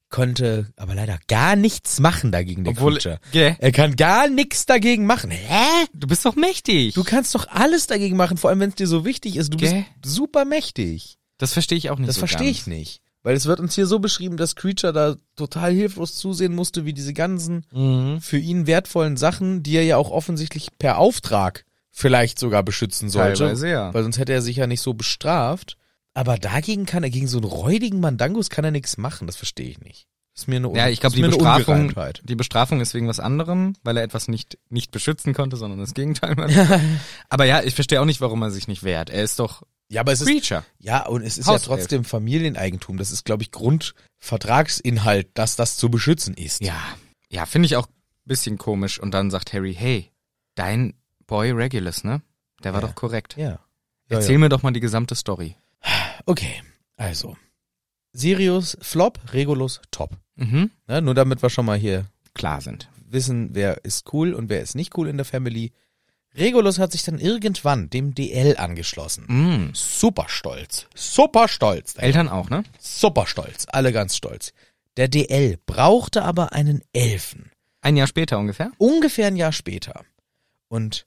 S2: konnte aber leider gar nichts machen dagegen, der
S1: Obwohl-
S2: Creature.
S1: Gell?
S2: Er kann gar nichts dagegen machen. Hä?
S1: Du bist doch mächtig.
S2: Du kannst doch alles dagegen machen, vor allem wenn es dir so wichtig ist. Du
S1: Gell?
S2: bist super mächtig.
S1: das verstehe ich auch nicht.
S2: Das
S1: so
S2: verstehe ich
S1: ganz.
S2: nicht. Weil es wird uns hier so beschrieben, dass Creature da total hilflos zusehen musste, wie diese ganzen
S1: Mhm.
S2: für ihn wertvollen Sachen, die er ja auch offensichtlich per Auftrag vielleicht sogar beschützen sollte.
S1: Teilweise, ja.
S2: Weil sonst hätte er sich ja nicht so bestraft. Aber dagegen kann er, gegen so einen räudigen Mandangus kann er nichts machen. Das verstehe ich nicht. Ist mir eine Un-
S1: Ja, ich glaube,
S2: ist
S1: die
S2: mir eine
S1: Bestrafung,
S2: Ungereimtheit.
S1: die Bestrafung ist wegen was anderem, weil er etwas nicht, nicht beschützen konnte, sondern das Gegenteil. war. Aber ja, ich verstehe auch nicht, warum er sich nicht wehrt. Er ist doch
S2: Ja, aber es ist,
S1: Creature.
S2: ja, und es ist
S1: Hauself.
S2: ja trotzdem Familieneigentum. Das ist, glaube ich, Grundvertragsinhalt, dass das zu beschützen ist.
S1: Ja, ja, finde ich auch bisschen komisch. Und dann sagt Harry, hey, dein Boy Regulus, ne? Der war
S2: Ja.
S1: doch korrekt.
S2: Ja. Ja,
S1: Erzähl mir doch mal die gesamte Story.
S2: ja. Okay. Also. Sirius Flop, Regulus Top.
S1: Mhm.
S2: Ne, nur damit wir schon mal hier
S1: Klar sind.
S2: wissen, wer ist cool und wer ist nicht cool in der Family. Regulus hat sich dann irgendwann dem DL angeschlossen.
S1: Mhm.
S2: Super stolz. Super stolz.
S1: Eltern auch, ne?
S2: Super stolz. Alle ganz stolz. Der DL brauchte aber einen Elfen.
S1: Ein Jahr später ungefähr.
S2: Ungefähr ein Jahr später. Und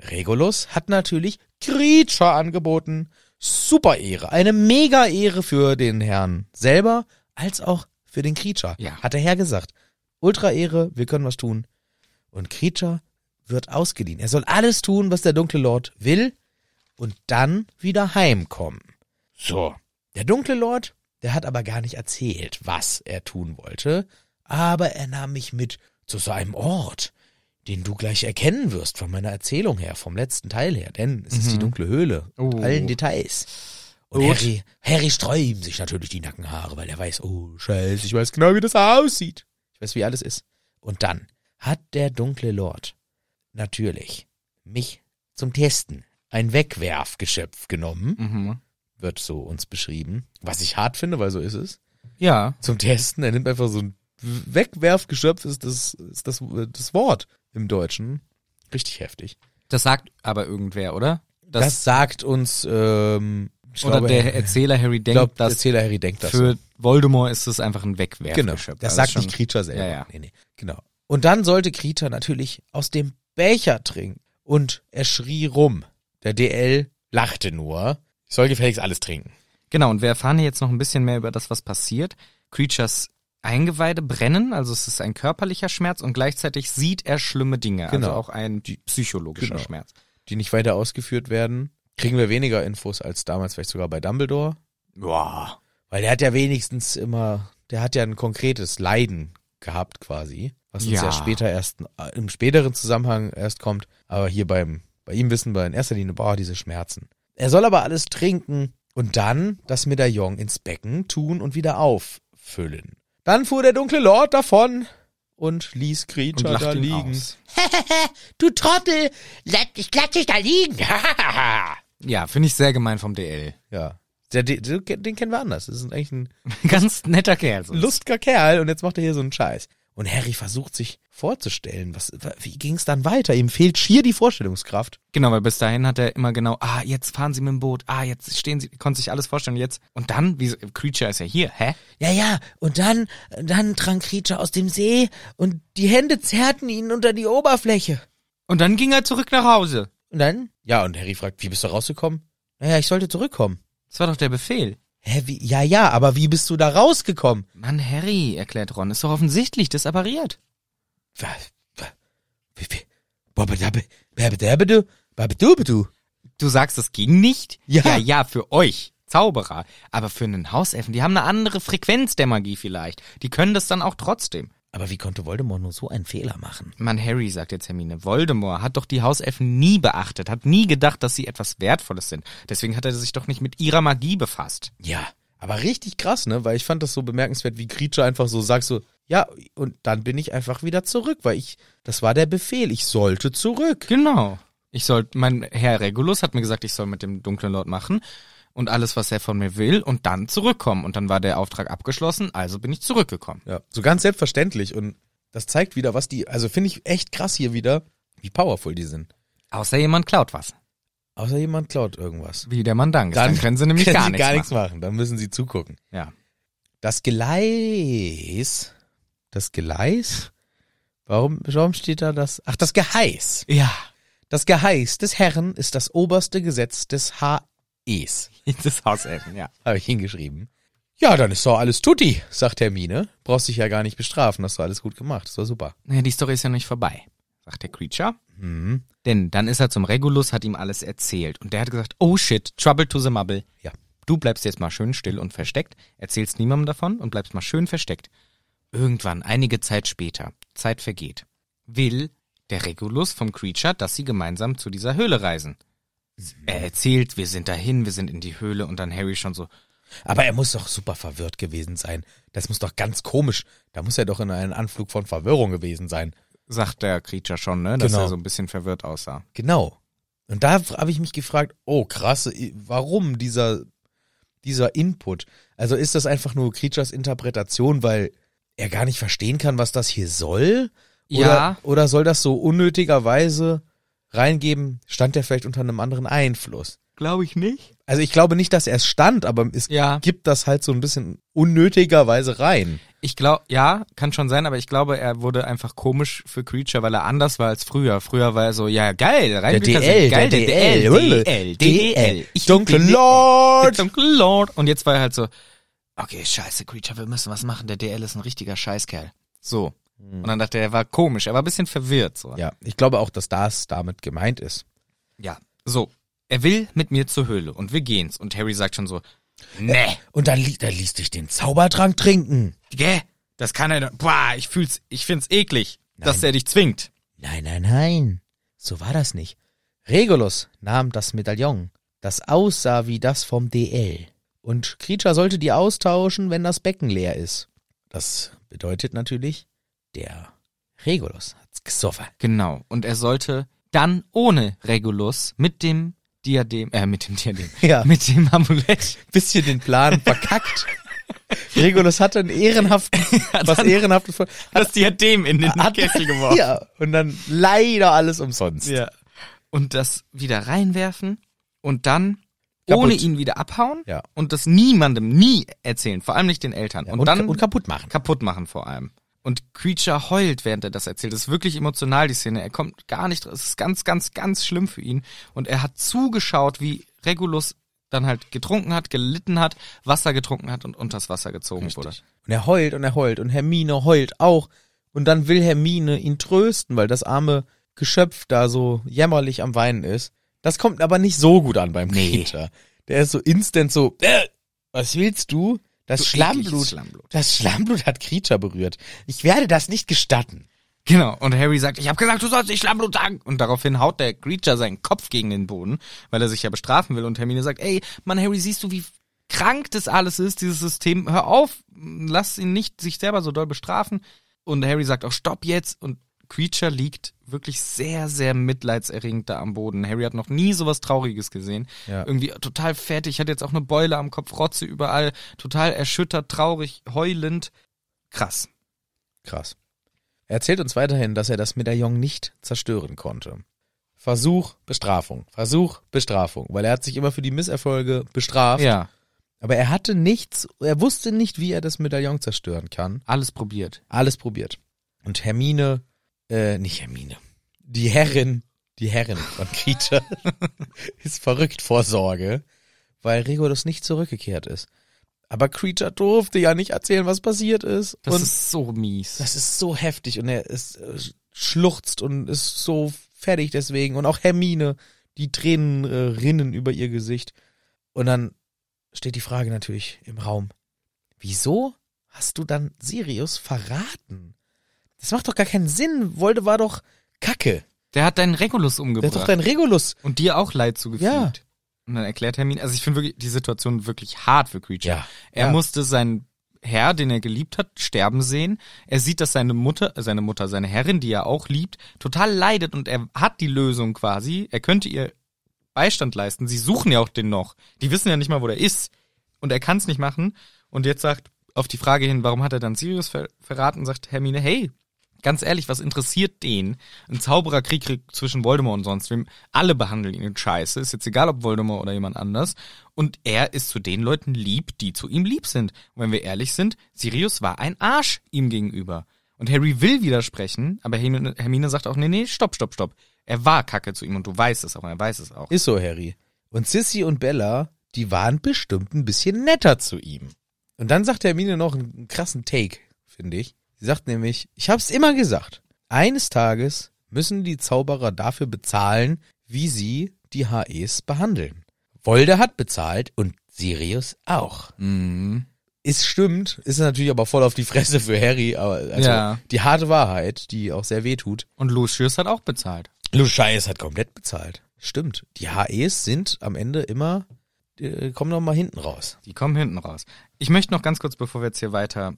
S2: Regulus hat natürlich Creature angeboten. super Ehre, eine mega Ehre für den Herrn selber, als auch für den Creature.
S1: Ja.
S2: Hat der Herr gesagt. Ultra Ehre, wir können was tun. Und Creature wird ausgeliehen. Er soll alles tun, was der dunkle Lord will und dann wieder heimkommen. So. Der dunkle Lord, der hat aber gar nicht erzählt, was er tun wollte, aber er nahm mich mit zu seinem Ort, den du gleich erkennen wirst von meiner Erzählung her, vom letzten Teil her, denn es ist die dunkle Höhle
S1: Mhm. Oh.
S2: mit allen Details. Und
S1: Gut.
S2: Harry, Harry sträuben sich natürlich die Nackenhaare, weil er weiß, oh scheiße, ich weiß genau, wie das aussieht. Ich weiß, wie alles ist. Und dann hat der dunkle Lord natürlich mich zum Testen ein Wegwerfgeschöpf genommen,
S1: Mhm.
S2: wird so uns beschrieben. Was ich hart finde, weil so ist es.
S1: Ja.
S2: Zum Testen, er nimmt einfach so ein Wegwerfgeschöpf, ist das, ist das, das Wort im Deutschen. Richtig heftig.
S1: Das sagt aber irgendwer, oder?
S2: Das,
S1: Das,
S2: sagt uns, ähm, ich
S1: oder
S2: glaube,
S1: der Erzähler Harry
S2: ich
S1: denkt,
S2: glaube, der
S1: dass
S2: Erzähler Harry denkt das.
S1: für Voldemort ist es einfach ein Wegwerf.
S2: Genau,
S1: Geschöpf.
S2: das
S1: Also
S2: sagt
S1: schon-
S2: nicht Kriecher selber.
S1: Ja, ja.
S2: Nee, nee. Genau. Und dann sollte Kriecher natürlich aus dem Becher trinken. Und er schrie rum. Der DL lachte nur. Ich soll gefälligst alles trinken.
S1: Genau, und wir erfahren hier jetzt noch ein bisschen mehr über das, was passiert. Creatures Eingeweide brennen, also es ist ein körperlicher Schmerz und gleichzeitig sieht er schlimme Dinge,
S2: Genau.
S1: also auch ein psychologischer
S2: Genau.
S1: Schmerz.
S2: Die nicht weiter ausgeführt werden, kriegen wir weniger Infos als damals, vielleicht sogar bei Dumbledore.
S1: Wow.
S2: Weil der hat ja wenigstens immer, der hat ja ein konkretes Leiden gehabt quasi, was uns ja,
S1: Ja.
S2: später erst, äh, im späteren Zusammenhang erst kommt. Aber hier beim, bei ihm wissen wir in erster Linie, boah, diese Schmerzen. Er soll aber alles trinken und dann das Medaillon ins Becken tun und wieder auffüllen. Dann fuhr der dunkle Lord davon und ließ
S1: Und
S2: Creature
S1: lacht
S2: da
S1: ihn
S2: liegen.
S1: aus.
S2: Du Trottel, lass dich, lass dich da liegen.
S1: Ja, finde ich sehr gemein vom DL.
S2: ja, der, den, den kennen wir anders. Das ist eigentlich ein
S1: Ganz netter Kerl. sonst.
S2: lustiger Kerl und jetzt macht er hier so einen Scheiß. Und Harry versucht sich vorzustellen, was, wie ging es dann weiter? Ihm fehlt schier die Vorstellungskraft.
S1: Genau, weil bis dahin hat er immer genau, ah, jetzt fahren sie mit dem Boot, ah, jetzt stehen sie, konnte sich alles vorstellen, jetzt. Und dann, wie, Creature ist ja hier, hä?
S2: Ja, ja, und dann, dann trank Creature aus dem See und die Hände zerrten ihn unter die Oberfläche.
S1: Und dann ging er zurück nach Hause.
S2: Und dann? Ja, und Harry fragt, wie bist du rausgekommen? Naja, ich sollte zurückkommen.
S1: Das war doch der Befehl.
S2: Hä, wie? Ja, ja, aber wie bist du da rausgekommen?
S1: Mann, Harry, erklärt Ron, ist doch offensichtlich, das appariert.
S2: Wa- wa- wie- wie- babadabe- babadabedu- babadubedu.
S1: Du sagst, das ging nicht?
S2: Ja.
S1: Ja, ja, für euch. Zauberer. Aber für einen Hauselfen, die haben eine andere Frequenz der Magie vielleicht. Die können das dann auch trotzdem.
S2: Aber wie konnte Voldemort nur so einen Fehler machen?
S1: Mann, Harry, sagt jetzt Hermine, Voldemort hat doch die Hauselfen nie beachtet, hat nie gedacht, dass sie etwas Wertvolles sind. Deswegen hat er sich doch nicht mit ihrer Magie befasst.
S2: Ja, aber richtig krass, ne? Weil ich fand das so bemerkenswert, wie Creature einfach so sagt so, ja, und dann bin ich einfach wieder zurück, weil ich, das war der Befehl, ich sollte zurück.
S1: Genau. Ich soll, mein Herr Regulus hat mir gesagt, ich soll mit dem dunklen Lord machen und alles, was er von mir will und dann zurückkommen. Und dann war der Auftrag abgeschlossen, also bin ich zurückgekommen.
S2: Ja, so ganz selbstverständlich und das zeigt wieder, was die, also finde ich echt krass hier wieder, wie powerful die sind.
S1: Außer jemand klaut was.
S2: Außer jemand klaut irgendwas.
S1: Wie der Mandang ist. Dann, können sie nämlich
S2: können
S1: gar,
S2: sie
S1: nichts
S2: gar nichts machen. Dann müssen sie zugucken.
S1: machen. Ja.
S2: Das Gleis, das Gleis, warum, warum steht da das? Ach, das Geheiß.
S1: Ja.
S2: Das Geheiß des Herren ist das oberste Gesetz des HEs.
S1: Das Hauselfen, ja.
S2: habe ich hingeschrieben. Ja, dann ist doch alles tutti, sagt Hermine. Brauchst dich ja gar nicht bestrafen, hast du alles gut gemacht, das war super.
S1: Naja, die Story ist ja noch nicht vorbei, sagt der Creature.
S2: Mhm.
S1: Denn dann ist er zum Regulus, hat ihm alles erzählt. Und der hat gesagt, oh shit, trouble to the mubble.
S2: Ja.
S1: Du bleibst jetzt mal schön still und versteckt, erzählst niemandem davon und bleibst mal schön versteckt. Irgendwann, einige Zeit später, Zeit vergeht, will der Regulus vom Creature, dass sie gemeinsam zu dieser Höhle reisen. Er erzählt, wir sind dahin, wir sind in die Höhle und dann Harry schon so,
S2: Aber er muss doch super verwirrt gewesen sein. Das muss doch ganz komisch. Da muss er doch in einem Anflug von Verwirrung gewesen sein.
S1: sagt der Creature schon, ne, dass
S2: Genau.
S1: er so ein bisschen verwirrt aussah.
S2: Genau. Und da f- habe ich mich gefragt, oh krass, i- warum dieser, dieser Input? Also ist das einfach nur Creatures Interpretation, weil er gar nicht verstehen kann, was das hier soll? Oder,
S1: Ja.
S2: oder soll das so unnötigerweise reingeben? Stand er vielleicht unter einem anderen Einfluss?
S1: Glaube ich nicht.
S2: Also ich glaube nicht, dass er es stand, aber es
S1: Ja.
S2: gibt das halt so ein bisschen unnötigerweise rein.
S1: Ich glaube, ja, kann schon sein, aber ich glaube, er wurde einfach komisch für Creature, weil er anders war als früher. Früher war er so, ja, geil, rein mit Kassel, geil, DDL, DDL, ich
S2: Dunkle
S1: DDL.
S2: Lord.
S1: Zum Lord. Und jetzt war er halt so, okay, scheiße, Creature, wir müssen was machen, der DL ist ein richtiger Scheißkerl. So. Und dann dachte er, er war komisch, er war ein bisschen verwirrt. So.
S2: Hm. Ja, ich glaube auch, dass das damit gemeint ist.
S1: Ja. So. Er will mit mir zur Höhle und wir gehen's. Und Harry sagt schon so, nee,
S2: Und dann, li- dann ließ dich den Zaubertrank trinken.
S1: gäh, das kann er doch, boah, ich fühl's, ich find's eklig, dass er dich zwingt.
S2: Nein, nein, nein. So war das nicht. Regulus nahm das Medaillon, das aussah wie das vom DL. Und Creature sollte die austauschen, wenn das Becken leer ist. Das bedeutet natürlich, der Regulus hat's gesoffen.
S1: Genau. Und er sollte dann ohne Regulus mit dem Diadem, äh, mit dem Diadem,
S2: Ja.
S1: mit dem Amulett.
S2: Bisschen den Plan verkackt. Regulus hatte einen ehrenhaften, was
S1: dann-
S2: ehrenhaftes, vor-
S1: Das Diadem in den
S2: hat-
S1: Kessel geworfen.
S2: Ja, und dann leider alles umsonst.
S1: Ja. Und das wieder reinwerfen und dann
S2: Kaputt.
S1: ohne ihn wieder abhauen
S2: Ja.
S1: und das niemandem nie erzählen, vor allem nicht den Eltern.
S2: Ja,
S1: und, dann
S2: und kaputt machen.
S1: kaputt machen vor allem. Und Creature heult, während er das erzählt. Das ist wirklich emotional, die Szene. Er kommt gar nicht drauf. Es ist ganz, ganz, ganz schlimm für ihn. Und er hat zugeschaut, wie Regulus dann halt getrunken hat, gelitten hat, Wasser getrunken hat und unters Wasser gezogen wurde.
S2: Und er heult und er heult und Hermine heult auch. Und dann will Hermine ihn trösten, weil das arme Geschöpf da so jämmerlich am Weinen ist. Das kommt aber nicht so gut an beim
S1: Nee.
S2: Creature. Der ist so instant so, äh, was willst du? Das
S1: So
S2: Schlammblut,
S1: ekliges Schlammblut.
S2: das Schlammblut hat Creature berührt. Ich werde das nicht gestatten.
S1: Genau. Und Harry sagt, ich habe gesagt, du sollst nicht Schlammblut sagen. Und daraufhin haut der Creature seinen Kopf gegen den Boden, weil er sich ja bestrafen will. Und Hermine sagt, ey, Mann, Harry, siehst du, wie krank das alles ist, dieses System? Hör auf, lass ihn nicht sich selber so doll bestrafen. Und Harry sagt auch, stopp jetzt. Und Creature liegt wirklich sehr, sehr mitleidserregend da am Boden. Harry hat noch nie sowas Trauriges gesehen.
S2: Ja.
S1: Irgendwie total fertig, hat jetzt auch eine Beule am Kopf, Rotze überall, total erschüttert, traurig, heulend. Krass.
S2: Krass. Er erzählt uns weiterhin, dass er das Medaillon nicht zerstören konnte. Versuch, Bestrafung. Versuch, Bestrafung. Weil er hat sich immer für die Misserfolge bestraft.
S1: Ja,
S2: Aber er hatte nichts, er wusste nicht, wie er das Medaillon zerstören kann.
S1: alles probiert.
S2: Alles probiert. Und Hermine, äh, nicht Hermine, die Herrin, die Herrin von Creature ist verrückt vor Sorge, weil Regulus nicht zurückgekehrt ist. Aber Creature durfte ja nicht erzählen, was passiert ist.
S1: Das
S2: und
S1: ist so mies.
S2: das ist so heftig und er ist, äh, schluchzt und ist so fertig deswegen. Und auch Hermine, die Tränen äh, rinnen über ihr Gesicht. Und dann steht die Frage natürlich im Raum. Wieso hast du dann Sirius verraten? Das macht doch gar keinen Sinn. Wolde war doch Kacke.
S1: der hat deinen Regulus
S2: Der hat doch
S1: umgebracht
S2: dein Regulus.
S1: und dir auch Leid zugefügt.
S2: Ja.
S1: Und dann erklärt Hermine, also ich finde wirklich die Situation wirklich hart für Creature.
S2: Ja,
S1: Er
S2: ja.
S1: musste seinen Herr, den er geliebt hat, sterben sehen. Er sieht, dass seine Mutter, seine Mutter, seine Herrin, die er auch liebt, total leidet und er hat die Lösung quasi. Er könnte ihr Beistand leisten. Sie suchen ja auch den noch. Die wissen ja nicht mal, wo der ist. Und er kann es nicht machen. Und jetzt sagt auf die Frage hin, warum hat er dann Sirius ver verraten, sagt Hermine, hey, ganz ehrlich, was interessiert den? Ein Zaubererkrieg kriegt zwischen Voldemort und sonst wem. Alle behandeln ihn scheiße. Ist jetzt egal, ob Voldemort oder jemand anders. Und er ist zu den Leuten lieb, die zu ihm lieb sind. Und wenn wir ehrlich sind, Sirius war ein Arsch ihm gegenüber. Und Harry will widersprechen, aber Hermine Hermine sagt auch, nee, nee, stopp, stopp, stopp. Er war kacke zu ihm und du weißt es auch, und er weiß es auch.
S2: Ist so, Harry. Und Sissy und Bella, die waren bestimmt ein bisschen netter zu ihm. Und dann sagt Hermine noch einen krassen Take, finde ich. Sie sagt nämlich, ich hab's immer gesagt. Eines Tages müssen die Zauberer dafür bezahlen, wie sie die HEs behandeln. Wolde hat bezahlt und Sirius auch.
S1: Mhm.
S2: Ist stimmt, ist natürlich aber voll auf die Fresse für Harry, aber also
S1: Ja.
S2: die harte Wahrheit, die auch sehr weh tut.
S1: Und Lucius hat auch bezahlt.
S2: Luschais hat halt komplett bezahlt. Stimmt. Die HEs sind am Ende immer, äh, kommen noch mal hinten raus.
S1: Die kommen hinten raus. Ich möchte noch ganz kurz, bevor wir jetzt hier weiter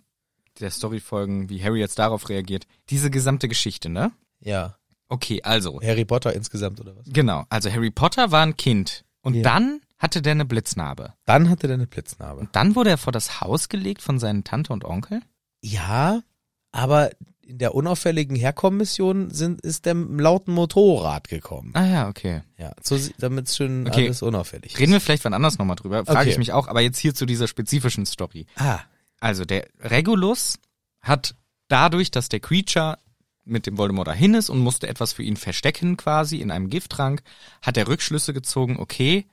S1: der Story folgen, wie Harry jetzt darauf reagiert, diese gesamte Geschichte, ne?
S2: Ja.
S1: Okay, also,
S2: Harry Potter insgesamt oder was?
S1: genau. Also Harry Potter war ein Kind und
S2: Ja.
S1: dann hatte der eine Blitznarbe.
S2: Dann hatte er eine Blitznarbe.
S1: Dann wurde er vor das Haus gelegt von seinen Tante und Onkel.
S2: Ja, aber in der unauffälligen Herkommission sind, ist der mit dem lauten Motorrad gekommen.
S1: Ah ja, okay.
S2: Ja, so, damit schön
S1: Okay.
S2: alles unauffällig
S1: Reden wir vielleicht wann anders nochmal drüber, frage
S2: Okay.
S1: ich mich auch, aber jetzt hier zu dieser spezifischen Story.
S2: Ah,
S1: Also der Regulus hat dadurch, dass der Creature mit dem Voldemort dahin ist und musste etwas für ihn verstecken quasi in einem Gifttrank, hat er Rückschlüsse gezogen, okay,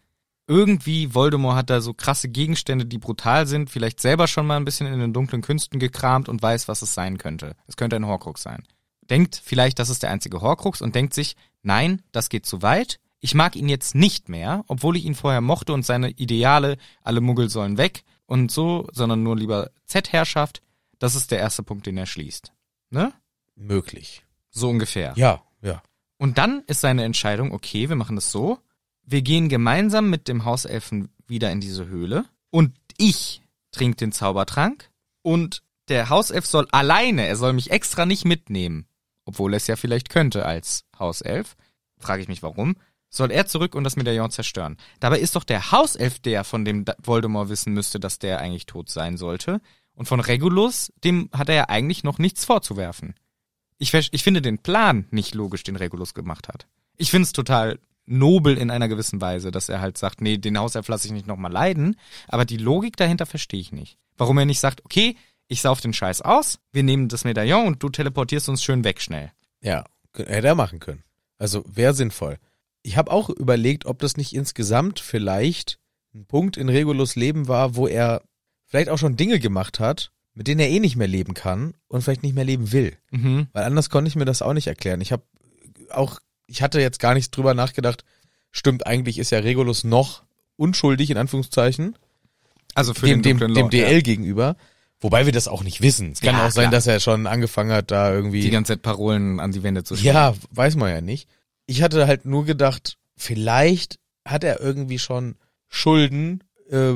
S1: irgendwie Voldemort hat da so krasse Gegenstände, die brutal sind, vielleicht selber schon mal ein bisschen in den dunklen Künsten gekramt und weiß, was es sein könnte. Es könnte ein Horcrux sein. Denkt vielleicht, das ist der einzige Horcrux und denkt sich, nein, das geht zu weit. Ich mag ihn jetzt nicht mehr, obwohl ich ihn vorher mochte und seine Ideale, alle Muggel sollen weg und so, sondern nur lieber Z-Herrschaft. Das ist der erste Punkt, den er schließt. Ne?
S2: Möglich.
S1: So ungefähr.
S2: Ja, ja.
S1: Und dann ist seine Entscheidung, okay, wir machen das so. Wir gehen gemeinsam mit dem Hauselfen wieder in diese Höhle und ich trinke den Zaubertrank und der Hauself soll alleine, er soll mich extra nicht mitnehmen, obwohl er es ja vielleicht könnte als Hauself. Frage ich mich warum. Soll er zurück und das Medaillon zerstören? Dabei ist doch der Hauself der, von dem Da- Voldemort wissen müsste, dass der eigentlich tot sein sollte. Und von Regulus, dem hat er ja eigentlich noch nichts vorzuwerfen. Ich, ver- ich finde den Plan nicht logisch, den Regulus gemacht hat. Ich finde es total nobel in einer gewissen Weise, dass er halt sagt, nee, den Hauself lasse ich nicht nochmal leiden. Aber die Logik dahinter verstehe ich nicht. Warum er nicht sagt, okay, ich sauf den Scheiß aus, wir nehmen das Medaillon und du teleportierst uns schön weg schnell.
S2: Ja, k- hätte er machen können. Also wäre sinnvoll. Ich habe auch überlegt, ob das nicht insgesamt vielleicht ein Punkt in Regulus Leben war, wo er vielleicht auch schon Dinge gemacht hat, mit denen er eh nicht mehr leben kann und vielleicht nicht mehr leben will.
S1: Mhm.
S2: Weil anders konnte ich mir das auch nicht erklären. Ich habe auch, ich hatte jetzt gar nicht drüber nachgedacht. Stimmt, eigentlich ist ja Regulus noch unschuldig, in Anführungszeichen,
S1: Also für
S2: dem,
S1: den
S2: dem,
S1: dunklen
S2: dem
S1: Lord, ja.
S2: DL gegenüber. Wobei wir das auch nicht wissen. Es kann
S1: Ja,
S2: auch sein,
S1: klar.
S2: dass er schon angefangen hat, da irgendwie.
S1: die ganze Zeit Parolen an die Wände zu schreiben.
S2: Ja, weiß man ja nicht. Ich hatte halt nur gedacht, vielleicht hat er irgendwie schon Schulden, äh,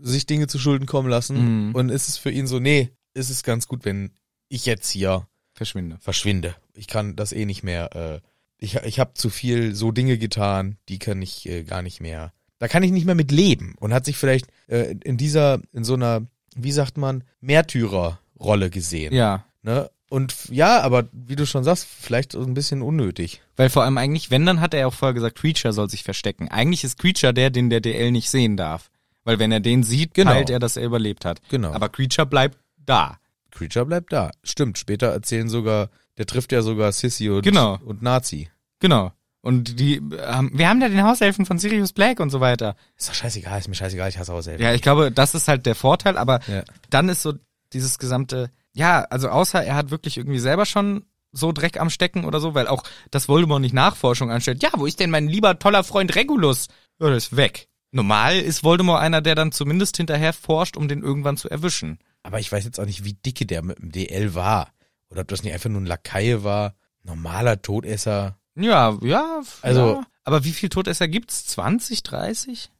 S2: sich Dinge zu Schulden kommen lassen.
S1: Mhm.
S2: Und ist es für ihn so, nee, ist es ganz gut, wenn ich jetzt hier
S1: Verschwinde.
S2: verschwinde. Ich kann das eh nicht mehr. Äh, ich ich habe zu viel so Dinge getan, die kann ich äh, gar nicht mehr. Da kann ich nicht mehr mit leben und hat sich vielleicht äh, in dieser, in so einer, wie sagt man, Märtyrerrolle gesehen.
S1: Ja.
S2: Ne? Und f- ja, aber wie du schon sagst, vielleicht so ein bisschen unnötig.
S1: Weil vor allem eigentlich, wenn, dann hat er ja auch vorher gesagt, Creature soll sich verstecken. Eigentlich ist Creature der, den der DL nicht sehen darf. Weil wenn er den sieht,
S2: Genau.
S1: teilt er, dass er überlebt hat.
S2: Genau.
S1: Aber Creature bleibt da.
S2: Creature bleibt da. Stimmt, später erzählen sogar, der trifft ja sogar Sissy und,
S1: Genau.
S2: und Nazi.
S1: Genau. Und die, ähm, wir haben da den Hauselfen von Sirius Black und so weiter.
S2: Ist doch scheißegal, ist mir scheißegal, ich hasse auch selber.
S1: Ja, ich glaube, das ist halt der Vorteil, aber
S2: Ja.
S1: dann ist so dieses gesamte, ja, also außer er hat wirklich irgendwie selber schon so Dreck am Stecken oder so, weil auch das Voldemort nicht Nachforschung anstellt. Ja, wo ist denn mein lieber toller Freund Regulus? Ja, der ist weg. Normal ist Voldemort einer, der dann zumindest hinterher forscht, um den irgendwann zu erwischen.
S2: Aber ich weiß jetzt auch nicht, wie dicke der mit dem DL war. Oder ob das nicht einfach nur ein Lakaie war. Normaler Todesser
S1: Ja, ja. f-
S2: Also-
S1: ja. aber wie viel Todesser gibt's? 20, 30?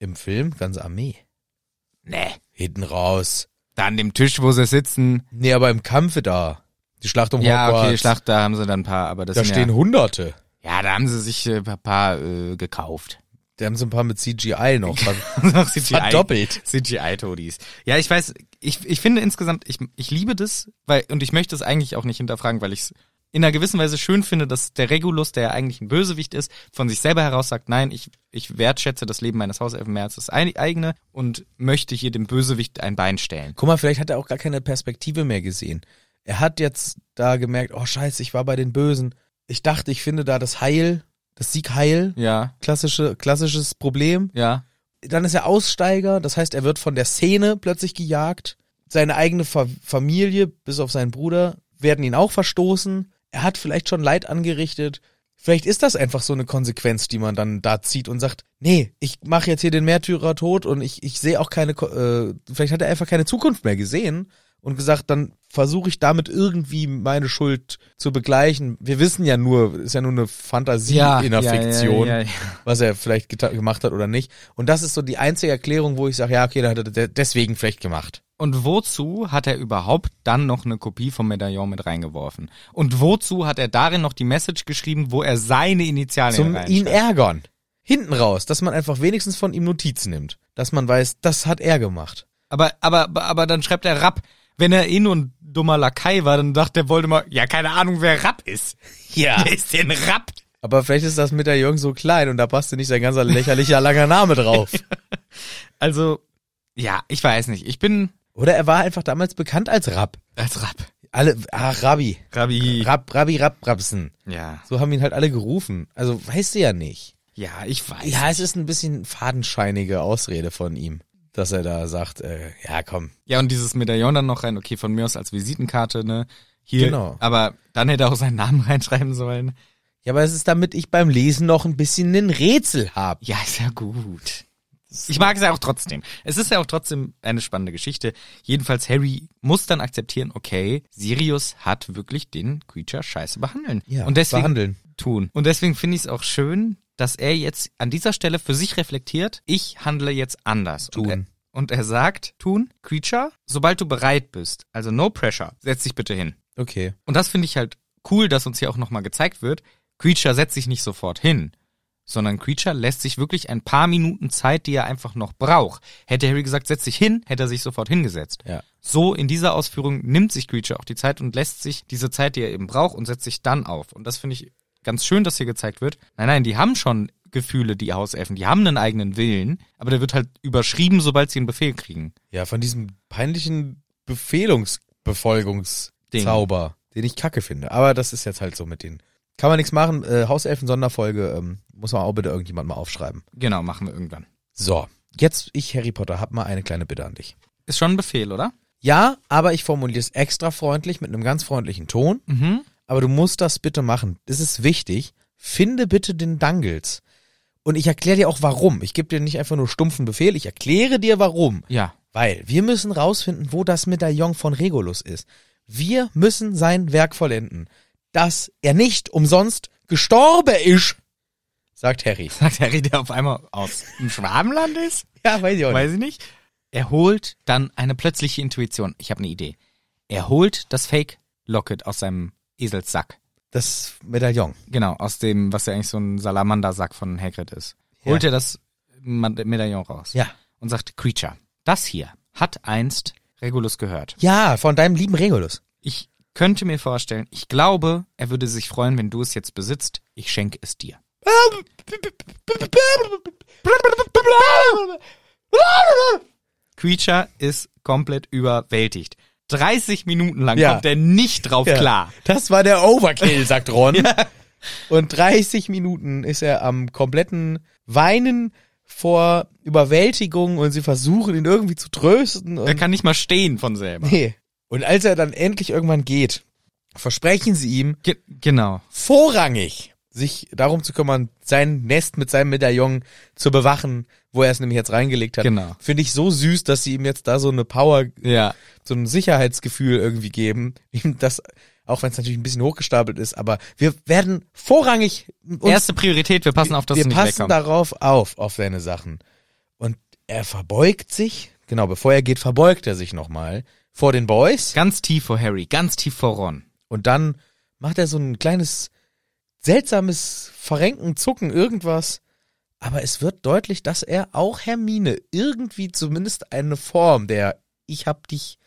S2: im Film, ganze Armee.
S1: Nee.
S2: Hinten raus.
S1: Da an dem Tisch, wo sie sitzen.
S2: Nee, aber im Kampfe da. Die Schlacht um
S1: Ja,
S2: Hogwarts.
S1: okay, Schlacht, da haben sie dann ein paar, aber das
S2: Da
S1: sind
S2: stehen
S1: ja,
S2: Hunderte.
S1: ja, da haben sie sich äh, ein paar äh, gekauft.
S2: Da haben sie ein paar mit CGI noch.
S1: Noch CGI.
S2: Verdoppelt.
S1: CGI-Todis. Ja, ich weiß, ich, ich finde insgesamt, ich, ich liebe das, weil, und ich möchte es eigentlich auch nicht hinterfragen, weil ich es in einer gewissen Weise schön finde, dass der Regulus, der ja eigentlich ein Bösewicht ist, von sich selber heraus sagt, nein, ich, ich wertschätze das Leben meines Hauselfen mehr als das ei- eigene und möchte hier dem Bösewicht ein Bein stellen.
S2: Guck mal, vielleicht hat er auch gar keine Perspektive mehr gesehen. Er hat jetzt da gemerkt, oh scheiße, ich war bei den Bösen. Ich dachte, ich finde da das Heil, das Siegheil,
S1: Ja,
S2: klassische, klassisches Problem.
S1: ja.
S2: Dann ist er Aussteiger, das heißt, er wird von der Szene plötzlich gejagt. Seine eigene Fa Familie, bis auf seinen Bruder, werden ihn auch verstoßen. Er hat vielleicht schon Leid angerichtet. Vielleicht ist das einfach so eine Konsequenz, die man dann da zieht und sagt, nee, ich mache jetzt hier den Märtyrer tot und ich, ich sehe auch keine, Ko- äh, vielleicht hat er einfach keine Zukunft mehr gesehen und gesagt, dann versuche ich damit irgendwie meine Schuld zu begleichen. Wir wissen ja nur, ist ja nur eine Fantasie in der Fiktion
S1: Ja, ja, ja.
S2: was er vielleicht geta- gemacht hat oder nicht. Und das ist so die einzige Erklärung, wo ich sage, ja, okay, dann hat er de- deswegen vielleicht gemacht.
S1: Und wozu hat er überhaupt dann noch eine Kopie vom Medaillon mit reingeworfen? Und wozu hat er darin noch die Message geschrieben, wo er seine Initialen
S2: Zum
S1: reinschreibt?
S2: ihn ärgern. Hinten raus, dass man einfach wenigstens von ihm Notiz nimmt. Dass man weiß, das hat er gemacht.
S1: Aber, aber, aber- aber dann schreibt er Rapp. Wenn er eh nur ein dummer Lakai war, dann dachte er Voldemort, ja, keine Ahnung, wer Rapp ist.
S2: Ja.
S1: Wer ist denn Rapp?
S2: Aber vielleicht ist das mit der Jürgen so klein und da passte nicht sein ganzer lächerlicher langer Name drauf.
S1: Also, ja, ich weiß nicht. Ich bin,
S2: Oder er war einfach damals bekannt als Rapp.
S1: Als Rapp.
S2: Alle, ah, Rabbi.
S1: Rabbi.
S2: Rab, Rabbi, Rab, Rabsen.
S1: Ja.
S2: So haben ihn halt alle gerufen. Also weißt du ja nicht.
S1: Ja, ich weiß.
S2: Ja, es ist ein bisschen fadenscheinige Ausrede von ihm, dass er da sagt, äh, ja komm,
S1: Ja, und dieses Medaillon dann noch rein, okay, von mir aus als Visitenkarte, ne? Hier,
S2: Genau.
S1: aber dann hätte er auch seinen Namen reinschreiben sollen.
S2: Ja, aber es ist, damit ich beim Lesen noch ein bisschen ein Rätsel habe.
S1: Ja, ist ja gut. Ich mag es ja auch trotzdem. Es ist ja auch trotzdem eine spannende Geschichte. Jedenfalls, Harry muss dann akzeptieren, okay, Sirius hat wirklich den Creature scheiße behandeln.
S2: Ja,
S1: und deswegen
S2: behandeln.
S1: tun. Und deswegen finde ich es auch schön, dass er jetzt an dieser Stelle für sich reflektiert, ich handle jetzt anders. Und
S2: Tun.
S1: er, und er sagt, tun, Creature, sobald du bereit bist, also no pressure, setz dich bitte hin.
S2: Okay.
S1: Und das finde ich halt cool, dass uns hier auch nochmal gezeigt wird. Creature setzt sich nicht sofort hin, sondern Creature lässt sich wirklich ein paar Minuten Zeit, die er einfach noch braucht. Hätte Harry gesagt, setz dich hin, hätte er sich sofort hingesetzt.
S2: Ja.
S1: So in dieser Ausführung nimmt sich Creature auch die Zeit und lässt sich diese Zeit, die er eben braucht, und setzt sich dann auf. Und das finde ich ganz schön, dass hier gezeigt wird. Nein, nein, die haben schon Gefühle, die Hauselfen. Die haben einen eigenen Willen, aber der wird halt überschrieben, sobald sie einen Befehl kriegen.
S2: Ja, von diesem peinlichen Befehlungsbefolgungszauber, den ich kacke finde. Aber das ist jetzt halt so mit den. Kann man nichts machen. Äh, Hauselfen-Sonderfolge ähm, muss man auch bitte irgendjemand mal aufschreiben.
S1: Genau, machen wir irgendwann.
S2: So, jetzt ich, Harry Potter, hab mal eine kleine Bitte an dich.
S1: Ist schon ein Befehl, oder?
S2: Ja, aber ich formuliere es extra freundlich mit einem ganz freundlichen Ton.
S1: Mhm.
S2: aber du musst das bitte machen. Das ist wichtig. Finde bitte den Dangles. Und ich erkläre dir auch warum. Ich gebe dir nicht einfach nur stumpfen Befehl, ich erkläre dir warum.
S1: Ja.
S2: Weil wir müssen rausfinden, wo das Medaillon von Regulus ist. Wir müssen sein Werk vollenden. Dass er nicht umsonst gestorben ist, sagt Harry.
S1: sagt Harry, der auf einmal aus dem Schwabenland ist?
S2: Ja, weiß ich auch
S1: Weiß ich nicht. Er holt dann eine plötzliche Intuition. Ich habe eine Idee. Er holt das Fake Locket aus seinem Eselssack.
S2: Das Medaillon.
S1: Genau, aus dem, was ja eigentlich so ein Salamandersack von Hagrid ist. Holt
S2: Ja.
S1: er das Ma- Medaillon raus.
S2: Ja.
S1: Und sagt, Creature, das hier hat einst Regulus gehört.
S2: Ja, von deinem lieben Regulus.
S1: Ich könnte mir vorstellen, ich glaube, er würde sich freuen, wenn du es jetzt besitzt. Ich schenke es dir. Creature ist komplett überwältigt. 30 Minuten lang
S2: Ja.
S1: kommt er nicht drauf
S2: Ja.
S1: klar.
S2: Das war der Overkill, sagt Ron. Und 30 Minuten ist er am kompletten Weinen vor Überwältigung und sie versuchen ihn irgendwie zu trösten.
S1: Er
S2: Und,
S1: kann nicht mal stehen von selber.
S2: nee. und als er dann endlich irgendwann geht, versprechen sie ihm
S1: Ge genau.
S2: vorrangig, sich darum zu kümmern, sein Nest mit seinem Medaillon zu bewachen, wo er es nämlich jetzt reingelegt hat.
S1: Genau.
S2: Finde ich so süß, dass sie ihm jetzt da so eine Power
S1: Ja.
S2: so ein Sicherheitsgefühl irgendwie geben, ihm das, auch wenn es natürlich ein bisschen hochgestapelt ist, aber wir werden vorrangig uns,
S1: Erste Priorität, wir passen auf, dass
S2: wir
S1: du nicht
S2: passen
S1: wegkommst.
S2: darauf auf, auf seine Sachen. Und er verbeugt sich, genau, bevor er geht, verbeugt er sich nochmal vor den Boys
S1: Ganz tief vor Harry, ganz tief vor Ron.
S2: und dann macht er so ein kleines seltsames Verrenken, Zucken, irgendwas. Aber es wird deutlich, dass er auch Hermine irgendwie zumindest eine Form der Ich hab dich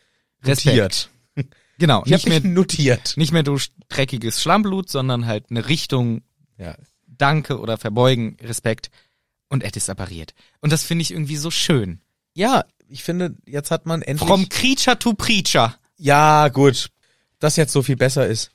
S1: Respekt.
S2: notiert.
S1: Genau.
S2: Ich hab
S1: Nicht mehr,
S2: dich notiert.
S1: nicht mehr du dreckiges Schlammblut, sondern halt eine Richtung,
S2: Ja,
S1: Danke oder Verbeugen, Respekt. Und er disappariert. Und das finde ich irgendwie so schön.
S2: Ja, ich finde, jetzt hat man endlich.
S1: From Creature to Preacher.
S2: ja, gut. Dass jetzt so viel besser ist.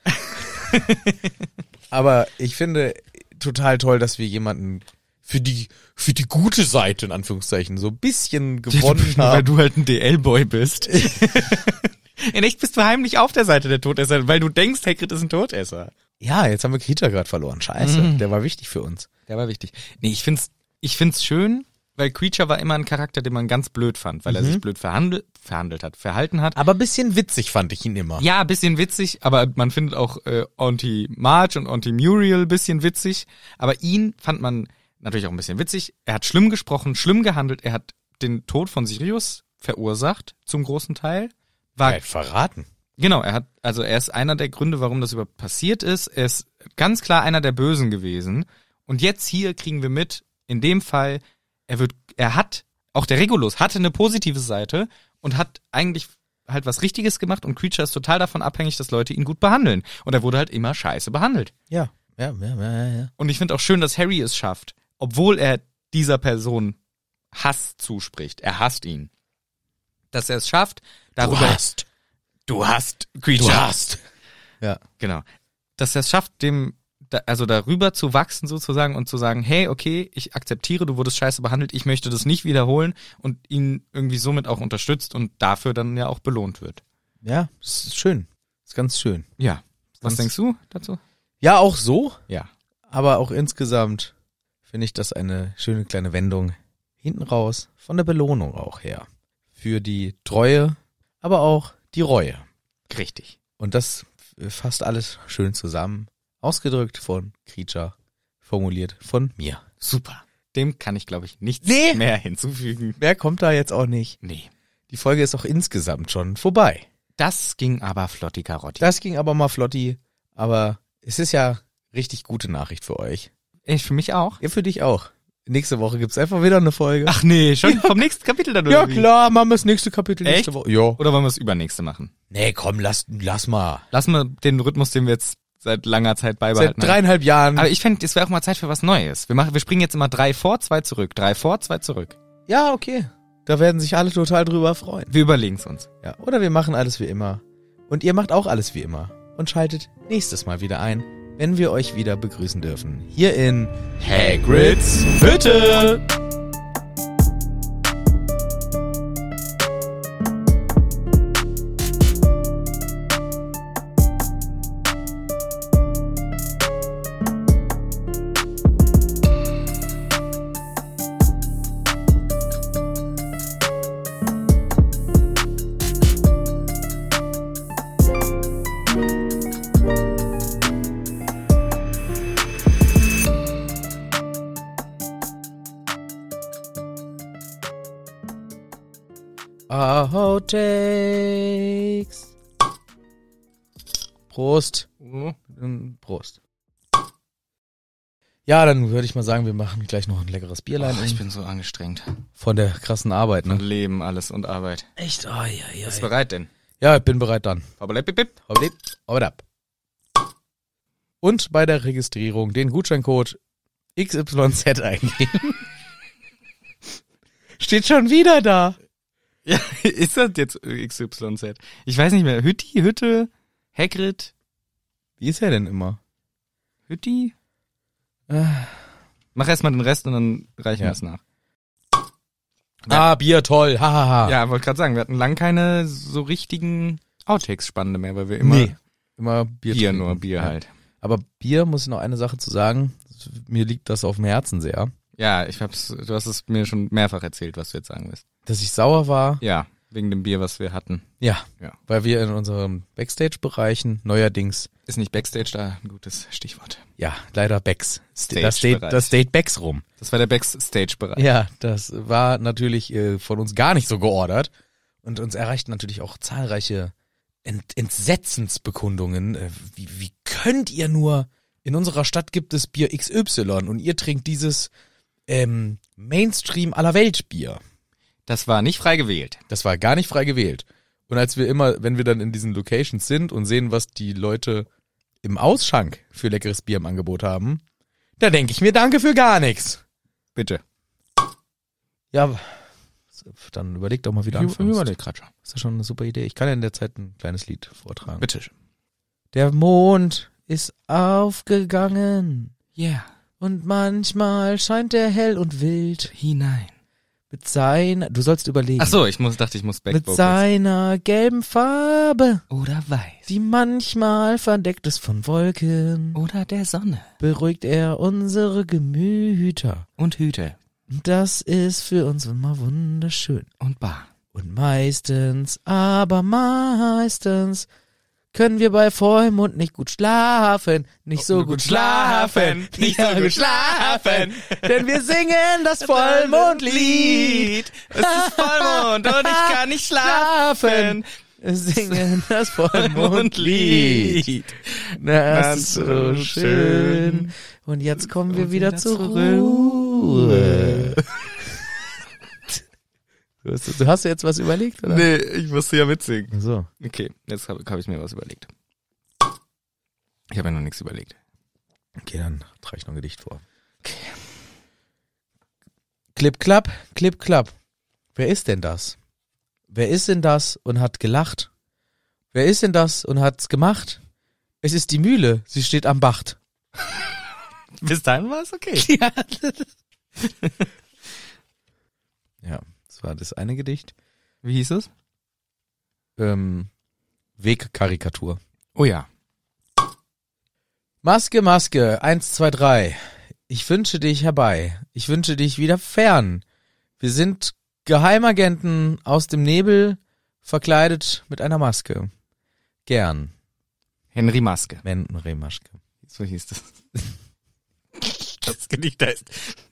S2: Aber ich finde total toll, dass wir jemanden für die, für die gute Seite, in Anführungszeichen, so ein bisschen gewonnen
S1: Weil
S2: haben.
S1: du halt ein DL-Boy bist. In echt bist du heimlich auf der Seite der Todesser, weil du denkst, Hagrid ist ein Todesser.
S2: Ja, jetzt haben wir Kita gerade verloren. Scheiße. Der war wichtig für uns.
S1: Der war wichtig. Nee, ich find's, ich find's schön, weil Creature war immer ein Charakter, den man ganz blöd fand, weil er sich blöd verhandelt, verhandelt hat, verhalten hat.
S2: Aber ein bisschen witzig fand ich ihn immer.
S1: Ja, bisschen witzig, aber man findet auch äh, Auntie Marge und Auntie Muriel bisschen witzig. Aber ihn fand man natürlich auch ein bisschen witzig. Er hat schlimm gesprochen, schlimm gehandelt. Er hat den Tod von Sirius verursacht, zum großen Teil. War,
S2: Halt verraten.
S1: Genau, er hat, also er ist einer der Gründe, warum das überhaupt passiert ist. Er ist ganz klar einer der Bösen gewesen. Und jetzt hier kriegen wir mit, in dem Fall, er wird, er hat, auch der Regulus hatte eine positive Seite und hat eigentlich halt was Richtiges gemacht und Creature ist total davon abhängig, dass Leute ihn gut behandeln. Und er wurde halt immer scheiße behandelt.
S2: Ja. Ja, ja, ja, ja.
S1: Und ich finde auch schön, dass Harry es schafft, obwohl er dieser Person Hass zuspricht. Er hasst ihn. Dass er es schafft, darüber
S2: hast.
S1: Du hast Creature.
S2: Ja.
S1: Genau. Dass er es schafft, dem, da, also darüber zu wachsen sozusagen und zu sagen, hey, okay, ich akzeptiere, du wurdest scheiße behandelt, ich möchte das nicht wiederholen und ihn irgendwie somit auch unterstützt und dafür dann ja auch belohnt wird.
S2: Ja, das ist schön. Das ist ganz schön.
S1: Ja. Was
S2: Sonst-
S1: denkst du dazu?
S2: Ja, auch so,
S1: Ja.
S2: aber auch insgesamt finde ich das eine schöne kleine Wendung hinten raus von der Belohnung auch her. Für die Treue, aber auch die Reue.
S1: Richtig.
S2: Und das äh, fasst alles schön zusammen. Ausgedrückt von Creature, formuliert von mir.
S1: Super. Dem kann ich, glaube ich, nichts
S2: Nee.
S1: mehr hinzufügen.
S2: Wer kommt da jetzt auch nicht?
S1: Nee.
S2: Die Folge ist auch insgesamt schon vorbei.
S1: Das ging aber flotti Karotti.
S2: Das ging aber mal flotti, aber es ist ja richtig gute Nachricht für euch.
S1: ich, für mich auch.
S2: Ja, für dich auch. Nächste Woche gibt's einfach wieder eine Folge.
S1: Ach nee, schon vom nächsten Kapitel dann
S2: ja
S1: oder wie?
S2: klar, machen wir das nächste Kapitel nächste
S1: Echt?
S2: Woche. Ja.
S1: Oder wollen wir das übernächste machen?
S2: Nee, komm, lass, lass mal.
S1: Lassen wir den Rhythmus, den wir jetzt seit langer Zeit
S2: Seit
S1: beibehalten haben.
S2: dreieinhalb Jahren.
S1: Aber ich fände, es wäre auch mal Zeit für was Neues. Wir, machen, wir springen jetzt immer drei vor, zwei zurück. Drei vor, zwei zurück.
S2: ja, okay. Da werden sich alle total drüber freuen.
S1: Wir überlegen es uns.
S2: Ja, oder wir machen alles wie immer. Und ihr macht auch alles wie immer. Und schaltet nächstes Mal wieder ein, wenn wir euch wieder begrüßen dürfen. Hier in Hagrid's Hütte. Aho takes. Prost. Ähm, Prost. Ja, dann würde ich mal sagen, wir machen gleich noch ein leckeres Bierlein um
S1: Och, ich bin so angestrengt.
S2: von der krassen Arbeit,
S1: Und
S2: ne?
S1: Leben, alles und Arbeit.
S2: Echt? Oh, ja, ja,
S1: Bist du bereit denn?
S2: ja, ich bin bereit dann.
S1: Hoppalaipipip.
S2: Hoppli, hoppel ab. Und bei der Registrierung den Gutscheincode XYZ eingeben. Steht schon wieder da.
S1: Ja, ist das jetzt XYZ? Ich weiß nicht mehr. Hütti, Hütte, Hagrid,
S2: Wie ist er denn immer?
S1: Hütti? Äh.
S2: Ah.
S1: Mach erstmal den Rest und dann reichen
S2: Ja.
S1: wir es nach.
S2: Ah, Bier, toll. Hahaha. Ha, ha.
S1: Ja, wollte gerade sagen, wir hatten lang keine so richtigen Outtakes spannende mehr, weil wir immer
S2: nee. immer Bier,
S1: Bier
S2: trinken.
S1: nur Bier
S2: Ja.
S1: halt.
S2: Aber Bier muss ich noch eine Sache zu sagen. Mir liegt das auf dem Herzen sehr,
S1: Ja, ich hab's, du hast es mir schon mehrfach erzählt, was du jetzt sagen willst.
S2: dass ich sauer war.
S1: Ja, wegen dem Bier, was wir hatten.
S2: Ja.
S1: Ja.
S2: Weil wir in unseren Backstage-Bereichen neuerdings,
S1: Ist nicht Backstage da ein gutes Stichwort?
S2: ja, leider Backs. Da steht,
S1: Stage-Bereich.
S2: da steht Backs rum.
S1: Das war der Backstage-Bereich.
S2: Ja, das war natürlich äh, von uns gar nicht so geordert. Und uns erreichten natürlich auch zahlreiche Ent Entsetzensbekundungen. Äh, wie, wie könnt ihr nur, in unserer Stadt gibt es Bier XY und ihr trinkt dieses ähm, Mainstream aller Welt Bier.
S1: Das war nicht frei gewählt.
S2: Das war gar nicht frei gewählt. Und als wir immer, wenn wir dann in diesen Locations sind und sehen, was die Leute im Ausschank für leckeres Bier im Angebot haben, da denke ich mir danke für gar nichts.
S1: Bitte.
S2: Ja, dann überleg doch mal wieder anfangen.
S1: gerade schon.
S2: Ist ja schon eine super Idee. Ich kann ja in der Zeit ein kleines Lied vortragen.
S1: Bitte.
S2: Der Mond ist aufgegangen
S1: Yeah.
S2: und manchmal scheint er hell und wild
S1: Hinein.
S2: mit seiner, du sollst überlegen,
S1: Ach so, ich muss, dachte, ich muss
S2: mit
S1: Backvocals.
S2: seiner gelben Farbe,
S1: Oder weiß.
S2: die manchmal verdeckt ist von Wolken,
S1: Oder der Sonne.
S2: beruhigt er unsere Gemüter.
S1: Und Hüte.
S2: Das ist für uns immer wunderschön.
S1: Und Bar.
S2: Und meistens, aber meistens können wir bei Vollmond nicht gut schlafen, nicht so Oh, gut schlafen, nicht so gut schlafen, denn wir singen das Vollmondlied.
S1: Es ist Vollmond und ich kann nicht schlafen.
S2: Schlafen, singen das Vollmondlied. Das ist so schön. Und jetzt kommen wir wieder zur Ruhe. Du hast, du hast dir jetzt was überlegt, oder?
S1: Nee, ich musste ja mitsingen.
S2: So.
S1: Okay, jetzt habe hab ich mir was überlegt. Ich habe ja noch nichts überlegt.
S2: Okay, dann trage ich noch ein Gedicht vor. Klipp, klapp, klipp, klapp. Wer ist denn das? Wer ist denn das und hat gelacht? Wer ist denn das und hat's gemacht? Es ist die Mühle. Sie steht am Bacht.
S1: Bis dahin war es okay.
S2: Ja. ja, das war das eine Gedicht.
S1: Wie hieß es?
S2: Ähm, Wegkarikatur.
S1: Oh ja.
S2: Maske, Maske, eins, zwei, drei. Ich wünsche dich herbei. Ich wünsche dich wieder fern. Wir sind Geheimagenten aus dem Nebel, verkleidet mit einer Maske. Gern.
S1: Henry Maske.
S2: Menden Remaschke.
S1: So hieß das. Das Gedicht heißt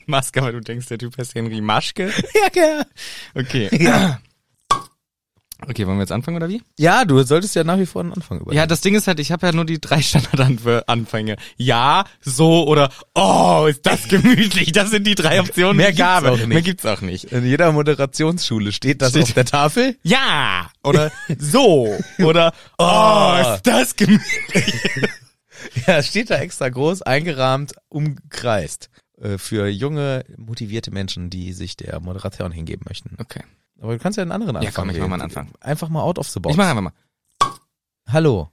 S1: Maske, aber du denkst, der Typ heißt Henry Maschke.
S2: Ja, gern.
S1: Okay. Okay, wollen wir jetzt anfangen oder wie?
S2: Ja, du solltest ja nach wie vor einen Anfang übernehmen.
S1: Ja, das Ding ist halt, ich habe ja nur die drei Standardanfänge. Ja, so oder oh, ist das gemütlich. Das sind die drei Optionen.
S2: Mehr
S1: die
S2: gibt's
S1: habe.
S2: auch nicht.
S1: Mehr gibt's auch nicht.
S2: In jeder Moderationsschule steht das
S1: Steht-
S2: auf der Tafel.
S1: Ja oder so oder oh, ist das gemütlich.
S2: Ja, steht da extra groß, eingerahmt, umkreist. Äh, Für junge, motivierte Menschen, die sich der Moderation hingeben möchten.
S1: Okay.
S2: Aber du kannst ja einen anderen
S1: Ja,
S2: Anfang
S1: komm, ich mach
S2: wählen.
S1: mal einen Anfang.
S2: Einfach mal out of the box.
S1: Ich mache einfach mal.
S2: Hallo.